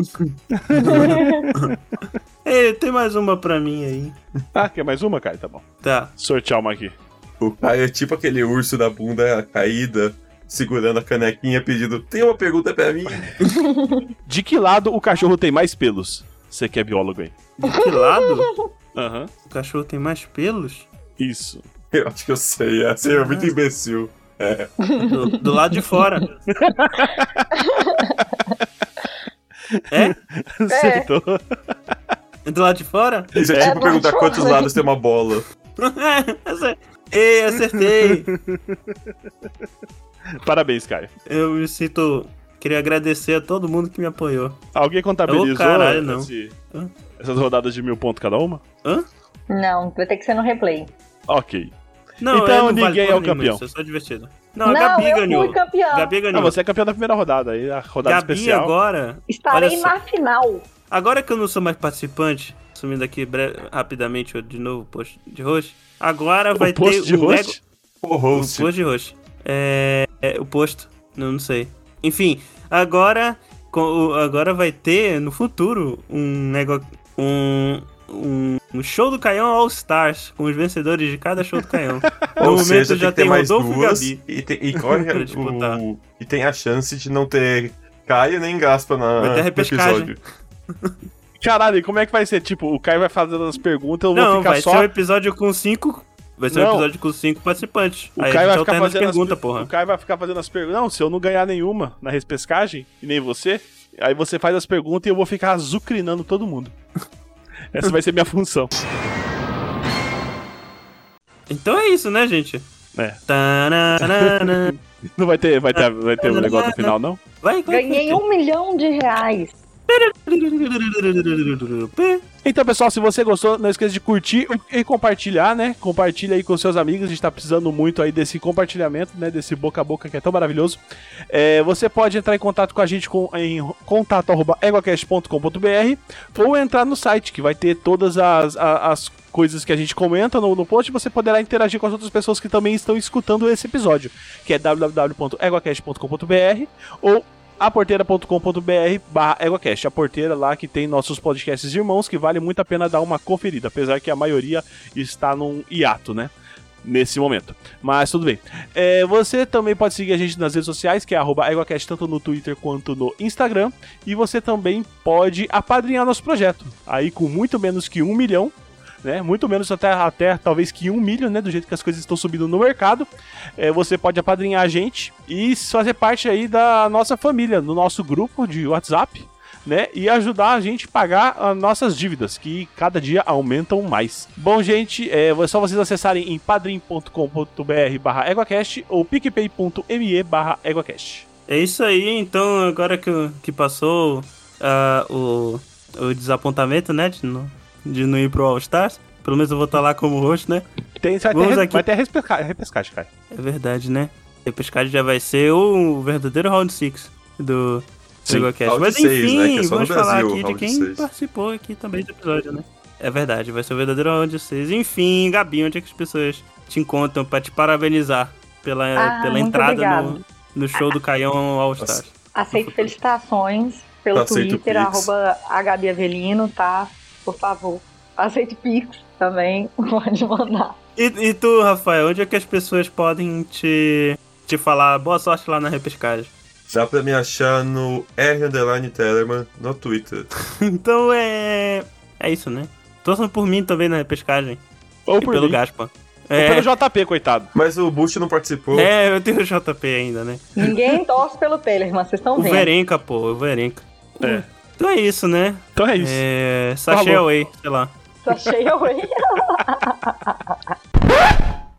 Speaker 1: Ei, tem mais uma pra mim aí.
Speaker 4: Ah, quer mais uma, cara? Tá bom.
Speaker 1: Tá.
Speaker 4: Sortear uma aqui.
Speaker 3: O Caio é tipo aquele urso da bunda caída, segurando a canequinha, pedindo: tem uma pergunta pra mim?
Speaker 4: De que lado o cachorro tem mais pelos? Você que é biólogo aí.
Speaker 1: De que lado?
Speaker 4: Aham.
Speaker 1: O cachorro tem mais pelos?
Speaker 4: Isso.
Speaker 3: Eu acho que eu sei, essa é muito imbecil.
Speaker 1: Do, do lado de fora. É?
Speaker 4: Acertou.
Speaker 1: Do lado de fora?
Speaker 3: Isso é,
Speaker 2: É,
Speaker 3: tipo
Speaker 2: bom
Speaker 3: perguntar
Speaker 2: demais.
Speaker 3: quantos lados tem uma bola.
Speaker 1: É, acer- Ei, acertei.
Speaker 4: Parabéns, Caio.
Speaker 1: Eu me sinto. Queria agradecer a todo mundo que me apoiou.
Speaker 4: Alguém contabilizou
Speaker 1: Ô, caralho, não.
Speaker 4: esse-
Speaker 1: Hã?
Speaker 4: essas rodadas de mil pontos cada uma?
Speaker 2: Não, vai ter que ser no replay.
Speaker 4: Ok.
Speaker 1: Não,
Speaker 4: Então,
Speaker 1: eu não
Speaker 4: ninguém
Speaker 1: vale
Speaker 4: é o
Speaker 1: porra nenhuma,
Speaker 4: campeão.
Speaker 1: Isso é só divertido. Não,
Speaker 2: Não,
Speaker 1: a Gabi
Speaker 2: eu
Speaker 1: ganhou.
Speaker 2: fui campeã.
Speaker 1: Gabi
Speaker 4: Ah,
Speaker 1: ganhou.
Speaker 4: você é campeão da primeira rodada, aí a rodada
Speaker 1: Gabi
Speaker 4: especial.
Speaker 1: agora.
Speaker 2: Estarei
Speaker 1: Olha só.
Speaker 2: na final.
Speaker 1: Agora que eu não sou mais participante, sumindo aqui bre- rapidamente eu de novo o post de host. Agora vai
Speaker 4: o posto
Speaker 1: ter
Speaker 4: de
Speaker 1: um
Speaker 4: host?
Speaker 1: ego-
Speaker 3: O
Speaker 1: o
Speaker 3: host.
Speaker 1: post de host. É, é, o posto, não, não sei. Enfim, agora com o- agora vai ter no futuro um nego- um um, um show do Caião All Stars com os vencedores de cada show do Caião. No
Speaker 3: Ou
Speaker 1: momento
Speaker 3: seja,
Speaker 1: já
Speaker 3: tem que ter
Speaker 1: tem
Speaker 3: mais
Speaker 1: Rodolfo e
Speaker 3: duas
Speaker 1: Gabi. Tipo, tá.
Speaker 3: e, tem, e corre
Speaker 1: Pra disputar.
Speaker 3: o, e tem a chance de não ter Caio nem Gaspa na,
Speaker 1: Vai ter
Speaker 3: no
Speaker 1: repescagem.
Speaker 3: episódio.
Speaker 4: Caralho, e como é que vai ser? Tipo, o Caio vai fazendo as perguntas, eu vou
Speaker 1: Não,
Speaker 4: ficar
Speaker 1: vai
Speaker 4: só.
Speaker 1: ser um episódio com cinco. Vai ser um
Speaker 4: Não.
Speaker 1: episódio com cinco participantes.
Speaker 4: O
Speaker 1: Aí
Speaker 4: Caio
Speaker 1: a
Speaker 4: vai
Speaker 1: gente
Speaker 4: ficar
Speaker 1: alterna as
Speaker 4: fazendo as
Speaker 1: perguntas,
Speaker 4: per-
Speaker 1: porra.
Speaker 4: O Caio vai ficar fazendo as perguntas. Não, se eu não ganhar nenhuma na respescagem, e nem você, aí você faz as perguntas e eu vou ficar azucrinando todo mundo. Essa vai ser minha função.
Speaker 1: Então é isso, né, gente?
Speaker 4: É.
Speaker 1: Tananana.
Speaker 4: Não vai ter, vai ter, vai ter um negócio no final, não?
Speaker 1: Vai, vai.
Speaker 2: Ganhei um milhão de reais.
Speaker 4: Então, pessoal, se você gostou, não esqueça de curtir e compartilhar, né? Compartilha aí com seus amigos, a gente tá precisando muito aí desse compartilhamento, né? Desse boca a boca que é tão maravilhoso. É, você pode entrar em contato com a gente com, em contato.eguacast.com.br ou entrar no site, que vai ter todas as, a- as coisas que a gente comenta no, no post e você poderá interagir com as outras pessoas que também estão escutando esse episódio, que é www.eguacast.com.br ou aporteira.com.br barra EguaCast, a porteira lá que tem nossos podcasts irmãos, que vale muito a pena dar uma conferida, apesar que a maioria está num hiato, né? Nesse momento. Mas tudo bem. É, você também pode seguir a gente nas redes sociais, que é arroba EguaCast, tanto no Twitter quanto no Instagram. E você também pode apadrinhar nosso projeto. Aí com muito menos que um milhão, né? Muito menos até, até talvez que um milho, né? Do jeito que as coisas estão subindo no mercado. É, você pode apadrinhar a gente e fazer parte aí da nossa família, no nosso grupo de WhatsApp, né? E ajudar a gente a pagar as nossas dívidas, que cada dia aumentam mais. Bom, gente, é é só vocês acessarem em padrim.com.br barra EguaCast ou picpay.me barra EguaCast.
Speaker 1: É isso aí, então agora que, que passou ah, o, o desapontamento, né? De não, de não ir pro All Stars. Pelo menos eu vou estar lá como host, né?
Speaker 4: Tem, vai,
Speaker 1: Vamos
Speaker 4: ter, re-
Speaker 1: aqui.
Speaker 4: vai ter repesca- repescagem, cara.
Speaker 1: É verdade, né? E pescado já vai ser o verdadeiro Round 6 do
Speaker 3: Sim,
Speaker 1: Trigocast.
Speaker 3: Round
Speaker 1: Mas enfim,
Speaker 3: Six, né, que é só no
Speaker 1: vamos falar
Speaker 3: Brasil,
Speaker 1: aqui de
Speaker 3: Round
Speaker 1: quem
Speaker 3: Six.
Speaker 1: participou aqui também do episódio, né? É verdade, vai ser o verdadeiro Round 6. Enfim, Gabi, onde é que as pessoas te encontram pra te parabenizar pela,
Speaker 2: Ah,
Speaker 1: É, pela
Speaker 2: muito
Speaker 1: entrada no,
Speaker 2: obrigada.
Speaker 1: no show do Caião All Stars?
Speaker 2: Aceito felicitações pelo
Speaker 3: Aceito
Speaker 2: Twitter,
Speaker 3: Pix.
Speaker 2: arroba a Gabi Avelino, tá? Por favor. Aceito Pix também, pode mandar.
Speaker 1: E, e tu, Rafael, onde é que as pessoas podem te, te falar boa sorte lá na repescagem?
Speaker 3: Dá pra me achar no R Underline Teleman no Twitter.
Speaker 1: Então é. É isso, né? Torçam por mim também na repescagem.
Speaker 4: Ou
Speaker 1: E
Speaker 4: por
Speaker 1: pelo
Speaker 4: mim.
Speaker 1: Gaspa.
Speaker 4: Ou
Speaker 1: É,
Speaker 4: pelo JP, coitado.
Speaker 3: Mas o Bush não participou.
Speaker 1: é, eu tenho o JP ainda, né?
Speaker 2: Ninguém torce pelo Tellerman, vocês estão
Speaker 1: O
Speaker 2: vendo.
Speaker 1: Verenca, pô, o Verenca.
Speaker 4: É.
Speaker 1: Então é isso, né?
Speaker 4: Então é isso.
Speaker 1: É. Sachê
Speaker 4: Falou.
Speaker 1: Away, sei lá.
Speaker 2: Tá cheio aí.